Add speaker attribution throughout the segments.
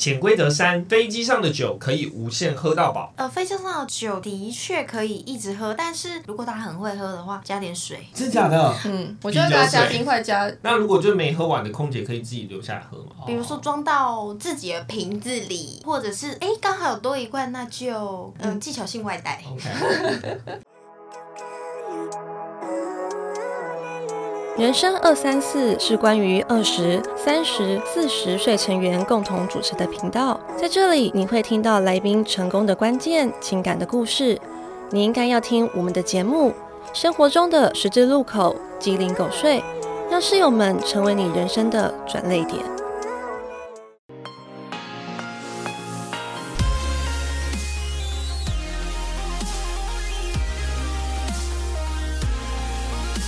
Speaker 1: 潜规则三：飞机上的酒可以无限喝到饱。
Speaker 2: 呃，飞机上的酒的确可以一直喝，但是如果他很会喝的话，加点水。
Speaker 1: 真假的？
Speaker 3: 嗯，我觉得大家冰块加
Speaker 1: 那如果就没喝完的，空姐可以自己留下来喝哦吗？
Speaker 2: 比如说装到自己的瓶子里，或者是哎刚好有多一罐，那就嗯、呃技巧性外带。
Speaker 1: ，OK，
Speaker 4: 人生二三四是关于二十三十四十岁成员共同主持的频道，在这里你会听到来宾成功的关键、情感的故事。你应该要听我们的节目，生活中的十字路口、鸡零狗碎，让室友们成为你人生的转泪点。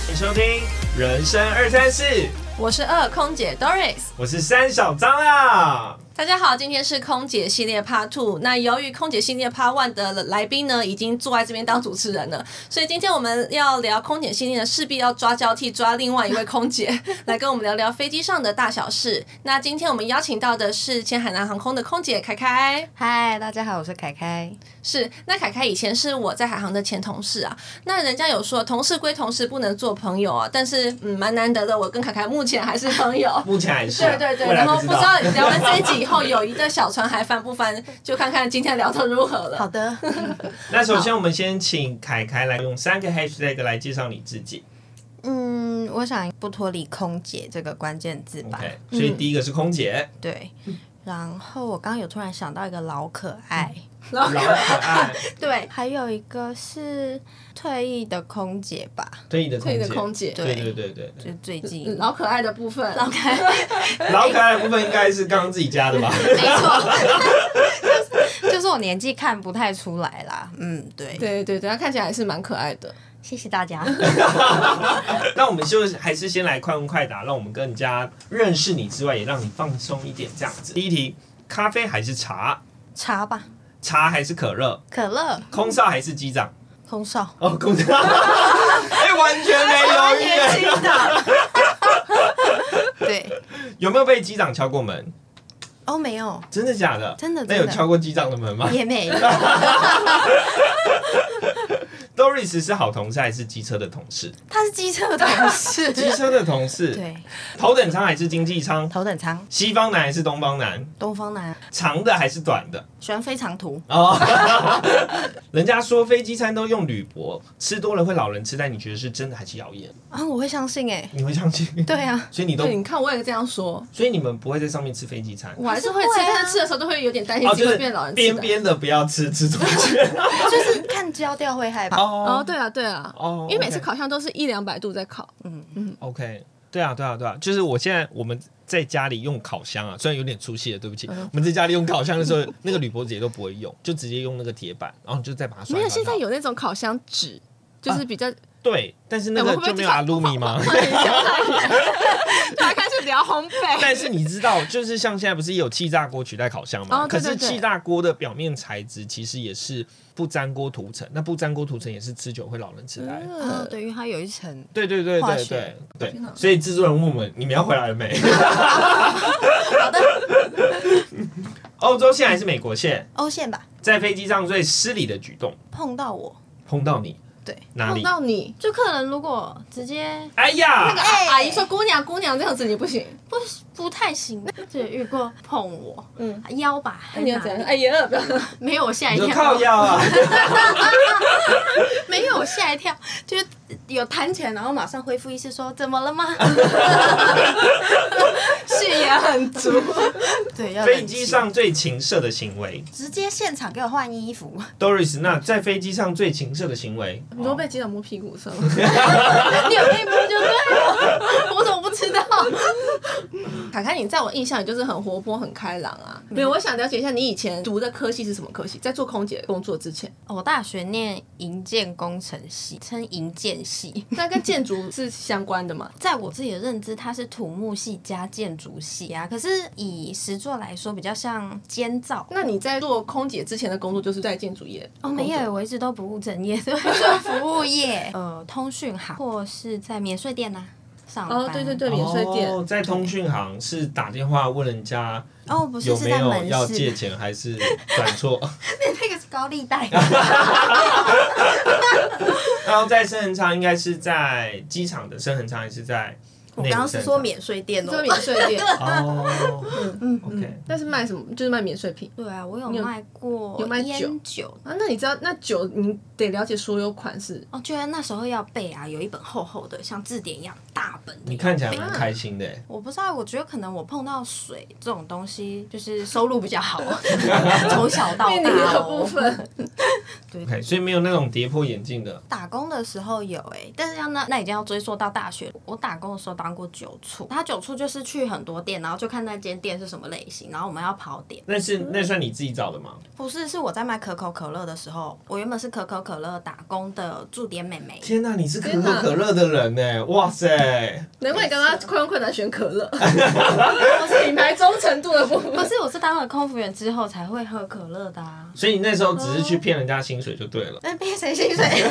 Speaker 1: 请收听《人生二三四》，
Speaker 3: 我是二空姐 Doris。
Speaker 1: 我是三小张啊。
Speaker 3: 大家好，今天是空姐系列 Part Two。那由于空姐系列 Part One 的来宾呢，已经坐在这边当主持人了，所以今天我们要聊空姐系列呢，势必要抓交替，抓另外一位空姐来跟我们聊聊飞机上的大小事。那今天我们邀请到的是前海南航空的空姐凯凯。
Speaker 2: 嗨，大家好，我是凯凯。
Speaker 3: 是，那凯凯以前是我在海航的前同事啊。那人家有说，同事归同事，不能做朋友啊。但是，嗯，蛮难得的，我跟凯凯目前还是朋友。
Speaker 1: 目前还是啊
Speaker 3: 对对对，
Speaker 1: 未来
Speaker 3: 然后
Speaker 1: 知
Speaker 3: 不知
Speaker 1: 道
Speaker 3: 道聊完这一集以后，友谊的小船还翻不翻，就看看今天聊得如何了。
Speaker 2: 好的，
Speaker 1: 那首先我们先请凯凯来用三个 hashtag 来介绍你自己。
Speaker 2: 嗯，我想不脱离空姐这个关键字
Speaker 3: 嗯
Speaker 2: 吧。
Speaker 1: OK，所以第一个是空 姐，
Speaker 2: 对，然后我刚刚有突然想到一个老可爱，
Speaker 3: 然后
Speaker 1: 老可爱，
Speaker 2: 嗯对，还有一个是退役的空姐吧，
Speaker 1: 对的空
Speaker 3: 退
Speaker 1: 姐，
Speaker 3: 的空姐，
Speaker 1: 对
Speaker 2: 对
Speaker 1: 对对对
Speaker 2: 就
Speaker 1: 对，
Speaker 2: 是最
Speaker 3: 嗯
Speaker 2: 近。
Speaker 3: 老可爱的部分，老可爱，
Speaker 1: 老可爱的部分应该是刚刚自己加的吧？
Speaker 2: 没错， 就是我年纪看不太出来啦。嗯，对，
Speaker 3: 对对对，他看起来还是蛮可爱的。
Speaker 2: 谢谢大 家。
Speaker 1: 那我们就还是先来快问快答，让我们更加认识你之外，也让你放松一点这样子。第一题，咖啡还是茶？
Speaker 2: 茶吧，
Speaker 1: 茶还是可乐？
Speaker 2: 可乐，
Speaker 1: 空少还是机长？
Speaker 2: 空少，
Speaker 1: 哦，空少，哎、完全 没犹豫耶。
Speaker 2: 对，
Speaker 1: 有没有被机长敲过门？
Speaker 2: 哦，没有，
Speaker 1: 真的假的？
Speaker 2: 真的
Speaker 1: 那有
Speaker 2: 真的
Speaker 1: 敲过机长的门吗
Speaker 2: 也没有，
Speaker 1: ？Doris 是好同事还是机车的同事？
Speaker 2: 他是机车的同
Speaker 1: 机
Speaker 2: 事。
Speaker 1: 车的同事，
Speaker 2: 对，
Speaker 1: 头等舱还是经济舱？
Speaker 2: 头等舱，
Speaker 1: 西方男还是东方男？
Speaker 2: 东方男，
Speaker 1: 长的还是短的？
Speaker 2: 喜欢非常途，
Speaker 1: 哦， 人家说飞机餐都用铝箔，吃多了会老人痴呆，你觉得是真的还是谣言？
Speaker 2: 啊，我会相信哎、
Speaker 1: 你会相信？
Speaker 2: 对啊，
Speaker 1: 所以你都
Speaker 3: 对，，你看我也这样说，
Speaker 1: 所以你们不会在上面吃飞机餐。
Speaker 3: 我还是
Speaker 2: 是
Speaker 3: 会吃，
Speaker 2: 会啊
Speaker 3: 但是吃的时候都会有点担心
Speaker 1: 哦，
Speaker 3: 自己
Speaker 1: 就
Speaker 3: 会
Speaker 1: 是
Speaker 3: 变老人痴
Speaker 1: 边
Speaker 3: 呆。
Speaker 1: 边的不要吃，吃出去。
Speaker 2: 就是看焦掉会害怕。
Speaker 3: 哦，
Speaker 1: 哦
Speaker 3: 对啊，对啊，
Speaker 1: 哦
Speaker 3: 因为每次
Speaker 1: OK
Speaker 3: 烤箱都是一两百度在烤，
Speaker 1: OK，对啊，对啊，对啊，就是我现在我们在家里用烤箱啊，虽然有点出息了，对不起，
Speaker 3: 嗯
Speaker 1: 我们在家里用烤箱的时候，那个铝箔纸也都不会用，就直接用那个铁板，然后就再把它刷。
Speaker 3: 没有，现在
Speaker 1: 刷刷
Speaker 3: 有那种烤箱纸，
Speaker 1: 啊
Speaker 3: 就是比较。
Speaker 1: 对，但是那
Speaker 3: 哎
Speaker 1: 个
Speaker 3: 我会不会
Speaker 1: 就没有阿
Speaker 3: 就
Speaker 1: 鲁米吗？
Speaker 3: 大家开始聊烘焙，
Speaker 1: 但是你知道，就是像现在不是也有气炸锅取代烤箱吗？
Speaker 3: 哦对对对
Speaker 1: 可是气炸锅的表面材质其实也是不粘锅涂层，那不粘锅涂层也是吃久会老人痴呆。
Speaker 3: 嗯
Speaker 2: 啊，对，因为它有一层，
Speaker 1: 对对对
Speaker 2: 化
Speaker 1: 对
Speaker 2: 学
Speaker 1: 对对，所以制作人问我们：你们要回来了没？
Speaker 2: 好的，
Speaker 1: 欧洲线还是美国线？
Speaker 2: 欧线吧，
Speaker 1: 在飞机上最失礼的举动，
Speaker 2: 碰到我，
Speaker 1: 碰到你，
Speaker 2: 对，
Speaker 1: 哪里
Speaker 3: 碰？到你，
Speaker 2: 就客人如果直接
Speaker 1: 哎呀，
Speaker 2: 哎
Speaker 3: 阿姨说姑娘姑娘这样子你不行，
Speaker 2: 不不太行，就遇过碰我，
Speaker 3: 嗯
Speaker 2: 嗯，腰吧，还
Speaker 3: 你要
Speaker 2: 哪
Speaker 3: 怎样？
Speaker 2: 里
Speaker 3: 哎呀，不要
Speaker 2: 没有，我吓
Speaker 3: 哎
Speaker 1: 你
Speaker 2: 一
Speaker 1: 说
Speaker 2: 跳，
Speaker 1: 靠腰啊？
Speaker 2: 没有，我吓一跳，就是有弹起来，然后马上恢复意识，说怎么 了吗？
Speaker 3: 视野很足，
Speaker 2: 对，要冷
Speaker 1: 飞
Speaker 2: 静
Speaker 1: 机上最情色的行为
Speaker 2: 直接现场给我换衣服，
Speaker 1: ，Doris，那在飞机上最情色的行为，
Speaker 3: 你说被机长摸屁股是吗？
Speaker 2: 你有内幕就对了， 我怎么不知道？
Speaker 3: 凯凯，你在我印象里就是很活泼、很开朗啊。
Speaker 2: 嗯
Speaker 3: 没有，我想了解一下你以前读的科系是什么科系？在做空姐工作之前，
Speaker 2: 我大学念营建工程系，称营建系，
Speaker 3: 那跟建筑是相 关的嘛？
Speaker 2: 在我自己的认知，它是土木系加建筑系啊，可是以实作来说，比较像监造。
Speaker 3: 那你在做空姐之前的工作就是在建筑业
Speaker 2: 哦，没
Speaker 3: 工
Speaker 2: 有，
Speaker 3: 作
Speaker 2: 我一直都 嗯不务正业，对，就服务业，呃，通讯行或是在免税店呐、上班。
Speaker 3: 哦，对对对，免税店，
Speaker 1: 哦、在通讯行是打电话问人家
Speaker 2: 哦，不是
Speaker 1: 有
Speaker 2: 是
Speaker 1: 没
Speaker 2: 在
Speaker 1: 有要
Speaker 2: 门市，
Speaker 1: 借钱，还是转错，
Speaker 2: 那个是高利 贷。
Speaker 1: 然后在深恒昌应该是在机场的深恒昌，还是在
Speaker 5: 我刚刚是说免税店
Speaker 3: 这
Speaker 5: 哦，
Speaker 3: 免税 店，
Speaker 1: 哦，嗯，OK，
Speaker 3: 但是卖什么？就是卖免税品
Speaker 2: 对啊，我有
Speaker 3: 你有
Speaker 2: 卖过
Speaker 3: 有卖酒
Speaker 2: 烟酒。
Speaker 3: 啊。那你知道那酒你得了解所有款式，
Speaker 2: 哦，居然那时候要背啊，有一本厚厚的，像字典一样大本的。
Speaker 1: 你看起来蛮开心的耶，
Speaker 3: 嗯
Speaker 2: 我不知道，我觉得可能我碰到水这种东西，就是收入比较好， 从小 到
Speaker 3: 面
Speaker 2: 大
Speaker 3: 临的部
Speaker 2: 哦。
Speaker 3: 分。
Speaker 1: OK，所以哎没有那种跌破眼镜的
Speaker 2: 打工的时候有哎、但是要那那已经要追溯到大学。我打工的时候当过酒醋，他酒醋就是去很多店，然后就看那间店是什么类型，然后我们要跑点。
Speaker 1: 那
Speaker 3: 嗯
Speaker 1: 是那算你自己找的吗？
Speaker 2: 不是，是我在卖可口可乐的时候，我原本是可口可乐打工的驻点妹妹。
Speaker 1: 天哪、你是可口可乐的人呢！哇塞，
Speaker 3: 难怪你刚刚快问快答选可乐， 我是品牌忠诚度的部
Speaker 2: 不
Speaker 3: 分。
Speaker 2: 是，我是当了空服员之后才会喝可乐的啊。
Speaker 1: 所以你那时候只
Speaker 3: 哦
Speaker 1: 是去骗人家薪水就对了。
Speaker 2: 那变谁薪水？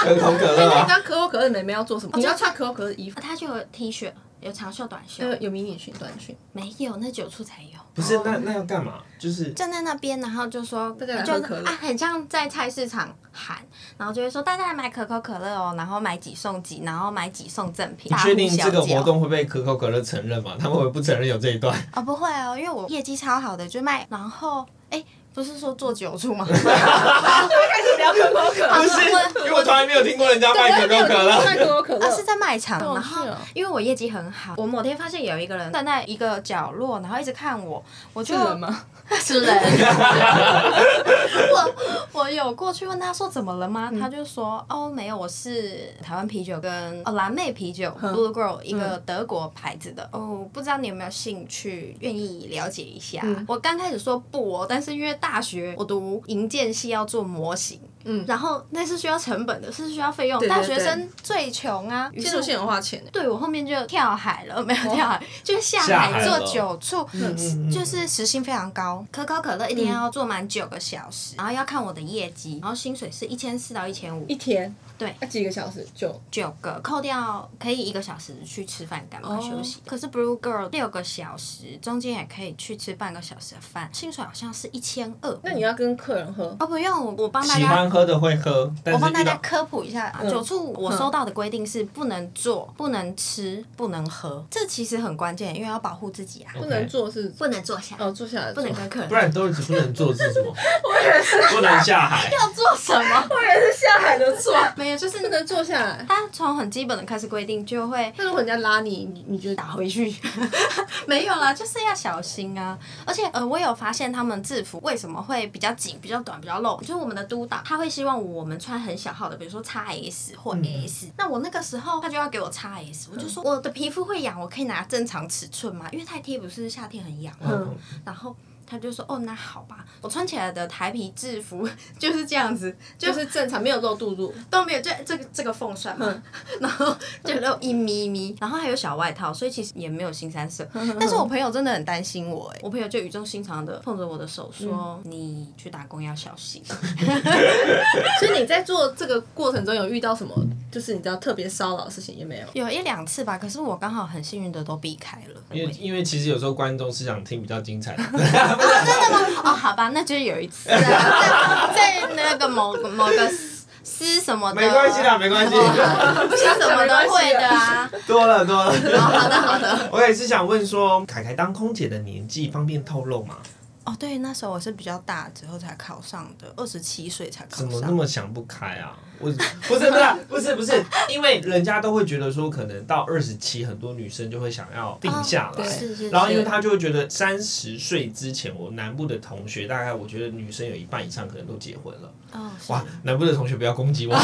Speaker 1: 可口可乐
Speaker 3: 那你
Speaker 1: 啊，
Speaker 3: 刚可口可乐妹妹要做什么？你要穿可口哦可乐的衣服，
Speaker 2: 他就有 T 恤，有长袖短袖，
Speaker 3: 呃，有迷你裙、短裙。
Speaker 2: 没有那酒醋才有。
Speaker 1: 不是那那要干嘛？就是
Speaker 2: 站在那边，然后就说，
Speaker 3: 大家来
Speaker 2: 就
Speaker 3: 喝
Speaker 2: 是
Speaker 3: 可乐
Speaker 2: 啊，很像在菜市场喊，然后就会说大家来买可口可乐哦，然后买几送几，然后买几送赠品。
Speaker 1: 你确定
Speaker 2: 大
Speaker 1: 这
Speaker 2: 呼小
Speaker 1: 个
Speaker 2: 叫
Speaker 1: 活动会被可口可乐承认吗？他们会不承认有这一段？
Speaker 2: 哦，不会哦，因为我业绩超好的，就卖。然后，哎，不是说做 酒醋吗？
Speaker 3: 开始聊可口可
Speaker 1: 不
Speaker 3: 乐，
Speaker 1: 是，因为我从来没有听过人家卖可口可乐。
Speaker 3: 卖可口可
Speaker 2: 啊，
Speaker 3: 乐
Speaker 2: 是。在卖场，
Speaker 3: 好有
Speaker 2: 然
Speaker 3: 趣哦
Speaker 2: 后因为我业绩很好，我某天发现有一个人站在一个角落，然后一直看我，我就
Speaker 3: 吗？
Speaker 2: 是人， 我我有过去问他说怎么了
Speaker 3: 嗯
Speaker 2: 吗？他就说哦没有，我是台湾啤酒跟哦蓝妹啤酒
Speaker 3: 嗯
Speaker 2: Blue Girl 一个德国牌子的哦，不知道你有没有兴趣，愿意了解一下？
Speaker 3: 嗯
Speaker 2: 我刚开始说不哦，但是因为大学我读营建系要做模型。嗯，然后那是需要成本的，是需要费用。
Speaker 3: 对对
Speaker 2: 大学生最穷啊，于
Speaker 3: 建
Speaker 2: 是
Speaker 3: 筑
Speaker 2: 我
Speaker 3: 系很花钱欸
Speaker 2: 对我后面就跳海了，没有
Speaker 3: 哦
Speaker 2: 跳海，就是下
Speaker 1: 下
Speaker 2: 海
Speaker 1: 海
Speaker 2: 做
Speaker 1: 了
Speaker 2: 酒醋，
Speaker 1: 嗯嗯嗯
Speaker 2: 就是时薪非常高。可口可乐一天要做满九个小时，然后要看我的业绩，然后薪水是一千四到一千五
Speaker 3: 一，天。
Speaker 2: 对
Speaker 3: 那几个小时就
Speaker 2: 九个扣掉可以一个小时去吃饭干嘛
Speaker 3: 哦
Speaker 2: 休息。可是 Blue Girl 六个小时，中间也可以去吃半个小时的饭，薪水好像是一千二。
Speaker 3: 那你要跟客人喝，
Speaker 2: 哦不用，我我帮大
Speaker 1: 喜
Speaker 2: 家
Speaker 1: 欢喝的会喝，但
Speaker 2: 我
Speaker 1: 是
Speaker 2: 帮大
Speaker 1: 遇
Speaker 2: 家
Speaker 1: 到
Speaker 2: 科普一下
Speaker 1: 嗯
Speaker 2: 啊，酒醋我收到的规定是不能做、不能吃、不能喝，这其实很关键，因为要保护自己啊，
Speaker 3: 不能坐是
Speaker 2: 不能坐下，
Speaker 3: 哦，坐下来
Speaker 2: 不能跟客
Speaker 1: 嗯
Speaker 2: 人
Speaker 1: 不然都只不能做是什么？不能下海。
Speaker 2: 要做什么？
Speaker 3: 客人是下海的坐，
Speaker 2: 没有，就是
Speaker 3: 不能坐下来。
Speaker 2: 他从很基本的开始规定就会
Speaker 3: 那如果人家拉你，你你觉得打回去？
Speaker 2: 没有啦，就是要小心啊。而且呃，我有发现他们制服为什么会比较紧、比较短、比较露，就是我们的督导他会希望我们穿很小号的，比如说 XS 或 S、那我那个时候他就要给我 XS，我就说我的皮肤会痒，我可以拿正常尺寸吗？因为太贴不是夏天很痒吗？
Speaker 1: 嗯
Speaker 2: 然后。他就说：“哦，那好吧，我穿起来的台皮制服 就是这样子，就
Speaker 3: 就是是正常，没有露肚肚。
Speaker 2: 都没有这这个这个缝算嘛， 然后就露一咪咪，然后还有小外套，所以其实也没有新三色。但是我朋友真的很担心我、哎，我朋友就语重心长的碰着我的手说：“你去打工要小心。
Speaker 3: 所以你在做这个过程中有遇到什么，就是你知道特别骚扰的事情也没有”？
Speaker 2: 有一两次吧，可是我刚好很幸运的都避开了。
Speaker 1: 因为因为其实有时候观众是想听比较精彩的，
Speaker 2: 哦，好吧，那就是有一次啊， 在在那个某某个撕撕什么的，
Speaker 1: 没关系啦，没关系，
Speaker 2: 不是什么都会的啊。
Speaker 1: 多了多了。
Speaker 2: 哦，好的好的。
Speaker 1: 我也是想问说，凯凯当空姐的年纪方便透露吗？
Speaker 2: 哦，对，那时候我是比较大之后才考上的，二十七岁才考
Speaker 1: 怎
Speaker 2: 上。
Speaker 1: 么那么想不开啊？我不是不是不是不是，因为人家都会觉得说，可能到二十七，很多女生就会想要定下
Speaker 2: 哦
Speaker 1: 来。
Speaker 2: 对是是
Speaker 1: 然后，因为
Speaker 2: 是
Speaker 1: 她就会觉得三十岁之前，我南部的同学大概，我觉得女生有一半以上可能都结婚了。
Speaker 2: 哦，
Speaker 1: 哇，南部的同学不要攻击我。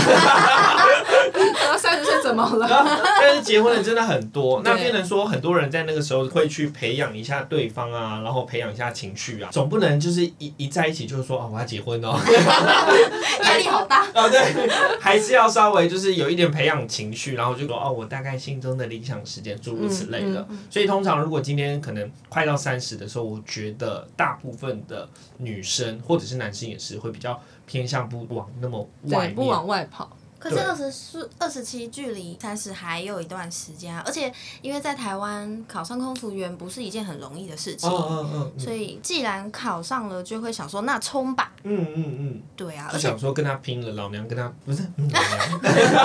Speaker 3: 然后三十岁怎么了？
Speaker 1: 然后但是结婚的真的很多，那
Speaker 3: 对
Speaker 1: 变成说很多人在那个时候会去培养一下对方啊，然后培养一下情绪啊，总不能就是一一在一起就是说啊我要结婚哦，
Speaker 2: 压力好大。
Speaker 1: 哦对，还是要稍微就是有一点培养情绪，然后就说哦我大概心中的理想时间诸如此类的。所以通常如果今天可能快到三十的时候，我觉得大部分的女生或者是男生也是会比较偏向不往那么外
Speaker 3: 对，
Speaker 1: 面
Speaker 3: 不往外跑。
Speaker 2: 可是
Speaker 1: 对
Speaker 2: 二十四、二十七距离三十还有一段时间啊，而且因为在台湾考上空服员不是一件很容易的事情，
Speaker 1: 嗯嗯嗯嗯
Speaker 2: 所以既然考上了，就会想说那冲吧，
Speaker 1: 嗯嗯嗯，
Speaker 2: 对啊，
Speaker 1: 就
Speaker 2: 而且
Speaker 1: 想说跟他拼了，老娘跟他不是嗯老娘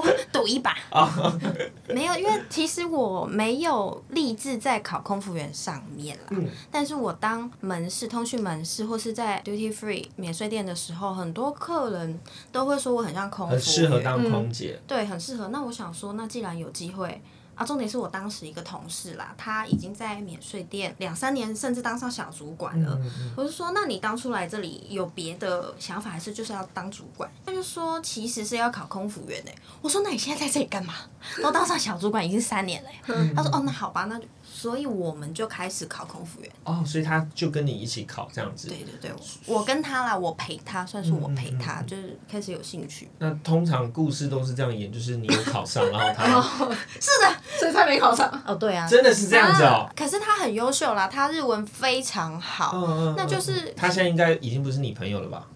Speaker 2: 哦赌一 把。
Speaker 1: 哦
Speaker 2: 没有，因为其实我没有立志在考空服员上面啦。
Speaker 1: 嗯
Speaker 2: 但是我当门市、通讯门市或是在 duty free 免税店的时候，很多客人都会说我很像空服
Speaker 1: 很
Speaker 2: 员，
Speaker 1: 适合当空姐，
Speaker 2: 对，很适合。那我想说，那既然有机会啊，重点是我当时一个同事啦，他已经在免税店两三年，甚至当上小主管了。
Speaker 1: 嗯
Speaker 2: 我就说，那你当初来这里有别的想法，还是就是要当主管？他就说，其实是要考空服员诶、我说，那你现在在这里干嘛？都当上小主管已经三年了、
Speaker 1: 嗯
Speaker 2: 欸。他说，哦，那好吧，那就所以我们就开始考空服员。
Speaker 1: 哦，所以他就跟你一起考这样子。
Speaker 2: 对对对，我我跟他啦，我陪他，算是我陪他，
Speaker 1: 嗯嗯嗯
Speaker 2: 就是开始有兴趣。
Speaker 1: 那通常故事都是这样演，就是你有考上，然后他
Speaker 5: 所以他没考上。
Speaker 2: 哦，对啊
Speaker 1: 真的是这样子哦
Speaker 2: 啊。可是他很优秀啦，他日文非常好。
Speaker 1: 嗯嗯，嗯
Speaker 2: 那就是
Speaker 1: 他现在应该已经不是你朋友了吧？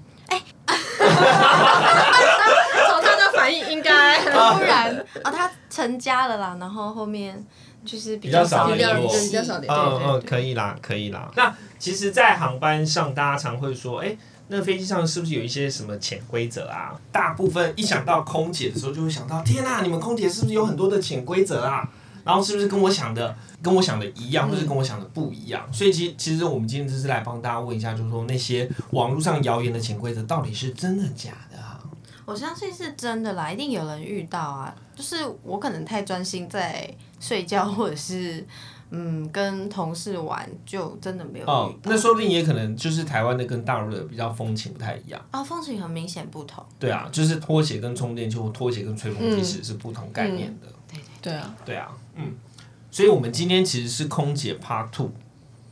Speaker 5: 从他的反应应该
Speaker 2: 突然啊，他成家了啦，然后后面就是比
Speaker 1: 比较少
Speaker 2: 少
Speaker 1: 联
Speaker 2: 联
Speaker 1: 络
Speaker 2: 系，
Speaker 1: 比
Speaker 5: 较少联络对
Speaker 1: 嗯嗯，可以啦，可以啦。那其实，在航班上，大家常会说，哎、那飞机上是不是有一些什么潜规则啊？大部分一想到空姐的时候，就会想到，天呐，你们空姐是不是有很多的潜规则啊？然后是不是跟我想的跟我想的
Speaker 5: 嗯
Speaker 1: 一样，或是跟我想的不一样？所以其实其实我们今天就是来帮大家问一下，就是说那些网络上谣言的潜规则到底是真的假的啊？
Speaker 2: 我相信是真的啦，一定有人遇到啊。就是我可能太专心在睡觉，或者是嗯跟同事玩，就真的没有
Speaker 1: 哦
Speaker 2: 遇，到。
Speaker 1: 那说不定也可能就是台湾的跟大陆的比较风情不太一样。
Speaker 2: 啊，风情很明显不同。
Speaker 1: 对啊，就是拖鞋跟充电器，拖鞋跟吹风机其实是不同概念的。
Speaker 3: 对啊，
Speaker 1: 对啊，嗯，所以我们今天其实是空姐 Part Two，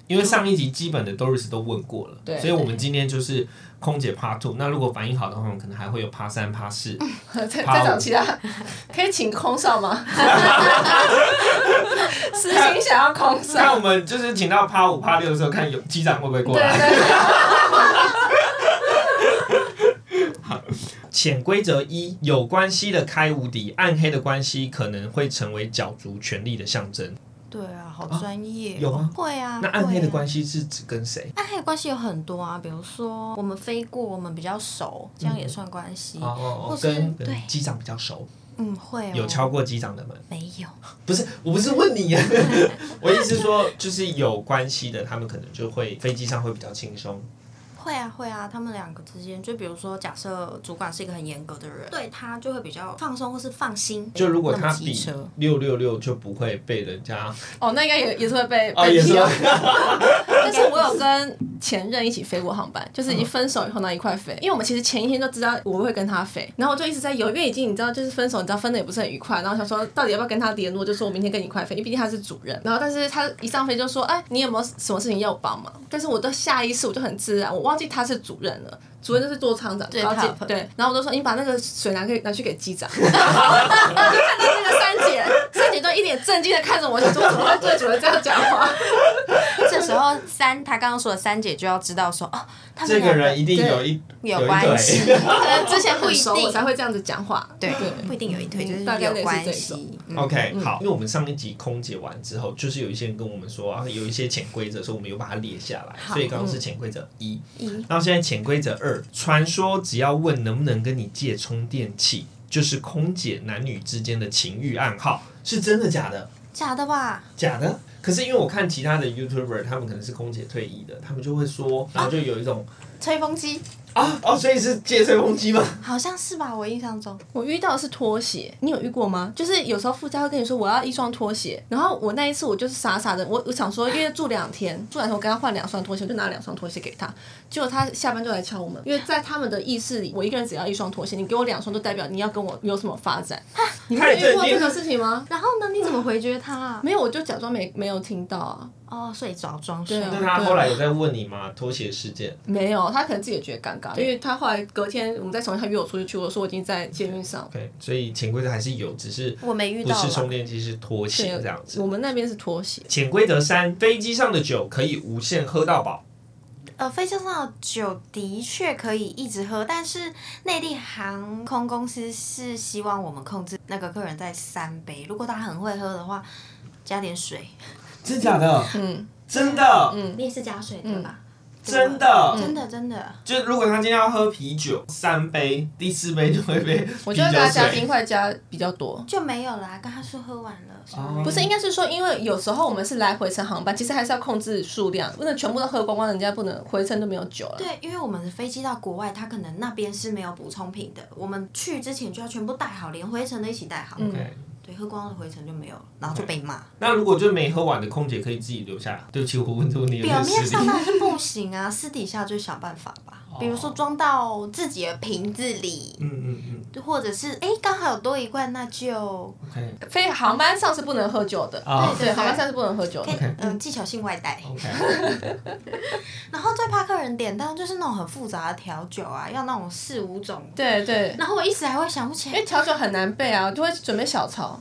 Speaker 1: 因为上一集基本的 Doris 都问过了，
Speaker 3: 对
Speaker 1: 所以我们今天就是空姐 Part Two。那如果反应好的话，我们可能还会有 Part 三、Part 四。
Speaker 5: 再再
Speaker 1: 好
Speaker 5: 找其他，可以请空少 吗？私心想要空
Speaker 1: 那我啊
Speaker 5: 少，
Speaker 1: 们就是请到 Part 五、Part 六的时候，看有机长会不会过
Speaker 5: 对
Speaker 1: 来。
Speaker 5: 对对，
Speaker 1: 潜规则一：有关系的开无敌，暗黑的关系可能会成为角逐权力的象征。
Speaker 2: 对啊，好
Speaker 1: 啊
Speaker 2: 专业、哦
Speaker 1: 有吗
Speaker 2: 会啊。
Speaker 1: 那暗黑
Speaker 2: 会
Speaker 1: 的
Speaker 2: 啊
Speaker 1: 关系是指跟谁？
Speaker 2: 暗黑的关系有很多啊，比如说我们飞过，我们比较熟，这样也算关系。
Speaker 1: 哦哦
Speaker 2: 或
Speaker 1: 哦，
Speaker 2: 是
Speaker 1: 跟跟
Speaker 2: 对
Speaker 1: 机长比较熟，
Speaker 2: 嗯，会、哦、
Speaker 1: 有敲过机长的门。
Speaker 2: 没有？
Speaker 1: 不是，我不是问 你，啊我意思是说，就是有关系的，他们可能就会飞机上会比较轻松。
Speaker 2: 会啊会啊，他们两个之间，就比如说，假设主管是一个很严格的人，对他就会比较放松或是放心。
Speaker 1: 就如果
Speaker 2: 那么
Speaker 1: 他
Speaker 2: 机
Speaker 1: 比
Speaker 2: 车
Speaker 1: 六六六，就不会被人家
Speaker 3: 哦，那应该也也是会被
Speaker 1: 哦，
Speaker 2: 哎
Speaker 3: 被
Speaker 1: 也是
Speaker 3: 踢哦。 但是我有跟前任一起飞过航班，就是已经分手以后那一块飞，因为我们其实前一天就知道我会跟他飞，然后我就一直在犹豫，因为已经你知道就是分手，你知道分的也不是很愉快，然后想说到底要不要跟他联络，就说我明天跟你一块飞，因为毕竟他是主任。然后但是他一上飞就说，哎，你有没有什么事情要我帮忙？但是我的下意识我就很自然，我忘记他是主任了。主任就是做舱长，
Speaker 2: 对
Speaker 3: 高级
Speaker 2: 他
Speaker 3: 对，然后我就说你把那个水拿给拿去给机长， 我就看到那个三姐，三姐都一脸震惊的看着我，想说怎么会对主任这样讲话？
Speaker 2: 这时候三，他刚刚说的三姐就要知道说，哦，他们
Speaker 1: 这
Speaker 2: 两
Speaker 1: 个人一定有一
Speaker 2: 有
Speaker 1: 一
Speaker 2: 关系，
Speaker 1: 对。
Speaker 2: 可能呃之前不
Speaker 3: 很
Speaker 2: 一
Speaker 3: 熟我才
Speaker 2: 定，
Speaker 3: 会这样子讲话。
Speaker 2: 对，不一定有一腿，就是
Speaker 3: 大概类
Speaker 2: 有
Speaker 3: 似
Speaker 2: 关
Speaker 3: 这种
Speaker 2: 系。嗯
Speaker 1: OK，好，因为我们上一集空姐完之后，就是有一些人跟我们说啊，有一些潜规则，所以我们有把它列下来。所以
Speaker 2: 嗯
Speaker 1: 刚刚是潜规则一，然后现在潜规则二，传说只要问能不能跟你借充电器，就是空姐男女之间的情欲暗号，是真的假的？
Speaker 2: 假的吧？
Speaker 1: 假的。可是因为我看其他的 YouTuber，他们可能是空姐退役的，他们就会
Speaker 3: 啊
Speaker 1: 说，然后就有一种
Speaker 2: 吹风机
Speaker 1: 啊哦，所以是借吹风机吗？
Speaker 2: 好像是吧？我印象中，
Speaker 3: 我遇到的是拖鞋，你有遇过吗？就是有时候副驾会跟你说我要一双拖鞋，然后我那一次我就是傻傻的，我我想说因为住两天，住两天我跟他换两双拖鞋，我就拿两双拖鞋给他，结果他下班就来敲我门，因为在他们的意识里，我一个人只要一双拖鞋，你给我两双就代表你要跟我有什么发展。你
Speaker 1: 太
Speaker 3: 没有遇过
Speaker 1: 震惊
Speaker 3: 这个事情吗？
Speaker 2: 然后呢？你怎么回绝他、啊？
Speaker 3: 没有，我就假装没没有听到啊，
Speaker 2: 哦，睡着装睡
Speaker 3: 对。啊
Speaker 1: 那他后来有在问你吗？拖鞋事件？
Speaker 3: 没有，他可能自己也觉得尴尬，因为他后来隔天我们再重新他约我出去去，我说我已经在捷运上了。
Speaker 1: 对，所以潜规则还是有，只是
Speaker 2: 我没遇
Speaker 1: 不
Speaker 2: 到
Speaker 1: 是
Speaker 2: 啦
Speaker 1: 充电器，是拖鞋这样子
Speaker 3: 我。们那边是拖鞋，
Speaker 1: 潜规则三：飞机上的酒可以无限喝到饱。
Speaker 2: 呃，飞机上的酒的确可以一直喝，但是内地航空公司是希望我们控制那个客人在三杯，如果他很会喝的话，加点水。
Speaker 1: 真假的？嗯，真的，
Speaker 2: 你也是加水对吧？
Speaker 1: 真的，
Speaker 3: 嗯
Speaker 2: 真的真的，
Speaker 1: 就如果他今天要喝啤酒，三杯，第四杯就会被
Speaker 3: 我
Speaker 1: 啤
Speaker 3: 觉得大
Speaker 1: 酒
Speaker 3: 家加冰
Speaker 1: 水。
Speaker 3: 块加比较多。
Speaker 2: 就没有啦。跟他说喝完了，
Speaker 1: 哦
Speaker 3: 不是，应该是说，因为有时候我们是来回程航班，其实还是要控制数量，不能全部都喝光光，人家不能回程都没有酒了。
Speaker 2: 对，因为我们的飞机到国外，它可能那边是没有补充品的，我们去之前就要全部带好，连回程的一起带好。
Speaker 1: OK
Speaker 2: 对，喝光了回程就没有了，然后就被骂。
Speaker 1: 那如果就没喝完的空姐可以自己留下来。对不起，我问出你有
Speaker 2: 表
Speaker 1: 点
Speaker 2: 面
Speaker 1: 失
Speaker 2: 上
Speaker 1: 礼。
Speaker 2: 当然是不行啊，私底下就想办法吧。比如说装到自己的瓶子里，
Speaker 1: 嗯嗯嗯
Speaker 2: 或者是哎刚好有多一罐，那就
Speaker 1: ，OK
Speaker 3: 飞航班上是不能喝酒的，
Speaker 1: 啊
Speaker 3: 对，航班上是不能喝酒的
Speaker 2: 可以。嗯、呃技巧性外带。
Speaker 1: OK，
Speaker 2: 然后最怕客人点到就是那种很复杂的调酒啊，要那种四五种。
Speaker 3: 对对，
Speaker 2: 然后我一时还会想不起
Speaker 3: 因为
Speaker 2: 来，
Speaker 3: 调酒很难背啊，我就会准备小抄，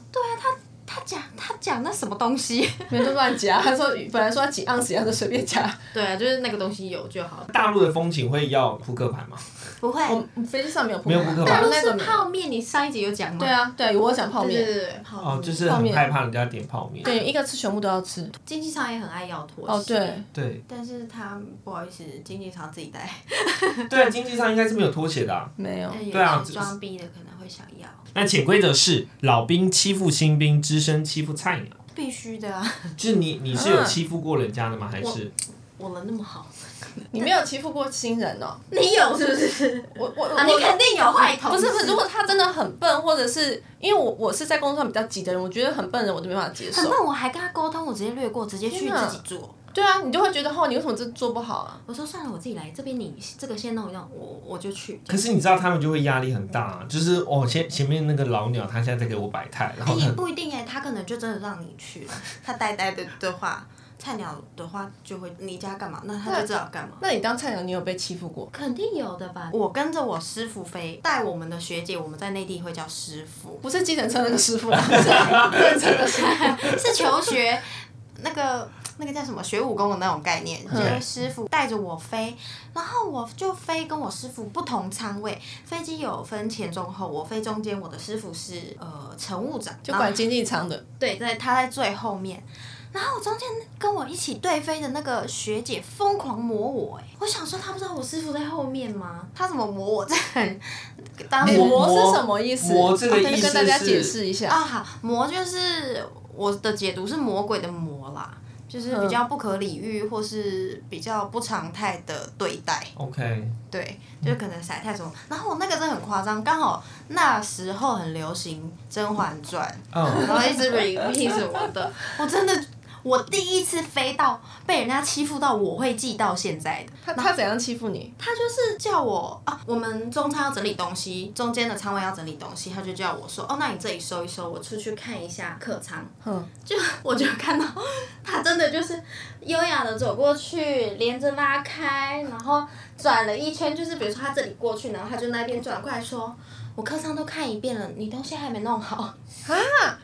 Speaker 2: 他讲他讲那什么东西？
Speaker 3: 没有就乱加。他说本来说要几盎司，他就随便加。
Speaker 2: 对啊，就是那个东西有就好了，
Speaker 1: 大陆的风情会要扑克牌吗？
Speaker 2: 不会。
Speaker 3: 我们飞机上没有扑
Speaker 1: 没有
Speaker 3: 克
Speaker 1: 扑克牌
Speaker 3: 牌，
Speaker 2: 大
Speaker 3: 大
Speaker 2: 陆
Speaker 3: 陆那
Speaker 2: 是
Speaker 3: 个没有
Speaker 2: 泡面，你上一集有讲吗？
Speaker 3: 对啊，对，我有讲泡
Speaker 2: 对，对
Speaker 3: 面，
Speaker 2: 对对，泡
Speaker 1: 哦，
Speaker 2: 面。
Speaker 1: 就是很害怕人家点泡面。
Speaker 3: 对，一个吃全部都要吃。
Speaker 2: 经济舱也很爱要拖鞋。
Speaker 3: 哦，对，
Speaker 1: 对
Speaker 2: 但是他不好意思，经济舱自己带。
Speaker 1: 对，经济上应该是没有拖鞋的啊。
Speaker 3: 没有。
Speaker 2: 但
Speaker 1: 对啊
Speaker 2: 有
Speaker 1: 这
Speaker 2: 些装逼的可能会想要，
Speaker 1: 那潜规则是老兵欺负新兵，资深欺负菜鸟。
Speaker 2: 必须的啊！
Speaker 1: 就是你你是有欺负过人家的吗？还是
Speaker 2: 我人那么好，
Speaker 3: 你没有欺负过新人哦。
Speaker 2: 你有是不 是？
Speaker 3: 我我我
Speaker 2: 啊，你肯定有坏头。
Speaker 3: 不是不是，如果他真的很笨，或者是因为我我是在工作上比较急的人，我觉得很笨的人我就没办法接
Speaker 2: 很
Speaker 3: 受。
Speaker 2: 笨，我还跟他沟通，我直接略过，直接去
Speaker 3: 天哪
Speaker 2: 自己做。
Speaker 3: 对啊，你就会觉得哦，你为什么这做不好啊？
Speaker 2: 我说算了，我自己来，这边你这个先弄一弄，我我就去。
Speaker 1: 可是你知道他们就会压力很大、就是哦前前面那个老鸟他现在在给我摆态，然
Speaker 2: 哎
Speaker 1: 后
Speaker 2: 也
Speaker 1: 很
Speaker 2: 不一定哎，他可能就真的让你去了。他呆呆的的话，菜鸟的话就会你家干嘛，那他就知道干嘛。
Speaker 3: 那你当菜鸟，你有被欺负过？
Speaker 2: 肯定有的吧？我跟着我师傅飞，带我们的学姐，我们在内地会叫师傅。
Speaker 3: 不是计程车那个师傅啊， 是认真的师傅。
Speaker 2: 是求学，那个那个叫什么学武功的那种概念，
Speaker 3: 嗯
Speaker 2: 就是师傅带着我飞，然后我就飞跟我师傅不同舱位，飞机有分前中后，我飞中间，我的师傅是呃乘务长，
Speaker 3: 就
Speaker 2: 然后
Speaker 3: 管经济舱的，
Speaker 2: 对，在他在最后面。然后我中间跟我一起对飞的那个学姐疯狂磨我、哎，我想说她不知道我师傅在后面吗？她怎么磨我？这很当时
Speaker 1: 磨
Speaker 3: 磨哎是什么意思？
Speaker 1: 磨这个
Speaker 3: 哦
Speaker 1: 意思
Speaker 3: 跟大家
Speaker 1: 是
Speaker 3: 解释一下。
Speaker 2: 啊，好，魔就是我的解读是魔鬼的魔啦，就是比较不可理喻或是比较不常态的对待，
Speaker 1: OK，
Speaker 2: 对，就是可能甩太什么。然后我那个真的很夸张，刚好那时候很流行《甄嬛传》，
Speaker 1: 嗯，
Speaker 2: 然后一直 repeat 什么的，我真的。我第一次飞到被人家欺负到，我会记到现在的。
Speaker 3: 他他怎样欺负你？
Speaker 2: 他就是叫我啊，我们中餐要整理东西，中间的仓位要整理东西，他就叫我说，哦，那你这里收一收，我出去看一下客舱。
Speaker 3: 嗯，
Speaker 2: 就我就看到他真的就是优雅的走过去，连着拉开，然后转了一圈，就是比如说他这里过去，然后他就那边转过来说，我客舱都看一遍了，你东西还没弄好，
Speaker 3: 啊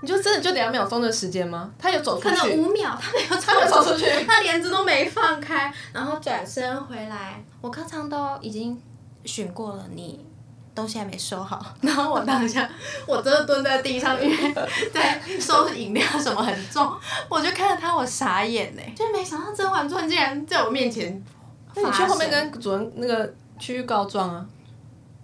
Speaker 3: 你就真的就两秒钟的时间吗？他有走出
Speaker 2: 可能
Speaker 3: 去，
Speaker 2: 五秒，他没有
Speaker 3: 他没有走出去，
Speaker 2: 他帘子都没放开，然后转身回来，我客舱都已经巡过了，你东西还没收好。 然后我当下我真的蹲在地上，因为在收饮料什么很重，我就看着他，我傻眼欸呢、就没想到《甄嬛传》竟然在我面前发生。
Speaker 3: 那你去后面跟主任那个区域告状啊。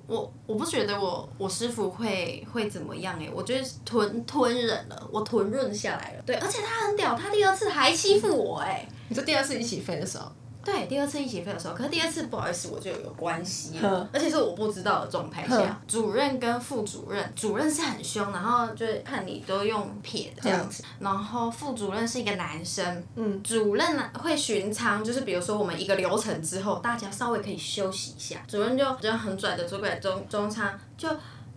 Speaker 2: 我我不觉得我我师傅会会怎么样哎、我就是吞吞忍了，我吞润下来了。对，而且他很屌，他第二次还欺负我哎、
Speaker 3: 你说第二次一起飞的时候，
Speaker 2: 对，第二次一起飞的时候，可是第二次不好意思，我就有关系
Speaker 3: 哼
Speaker 2: 了，而且是我不知道的状态下
Speaker 3: 哼，
Speaker 2: 主任跟副主任，主任是很凶，然后就是看你都用撇的这样子，然后副主任是一个男生，
Speaker 3: 嗯，
Speaker 2: 主任呢会巡舱，就是比如说我们一个流程之后，大家稍微可以休息一下，主任就就很拽的走过来中中舱就。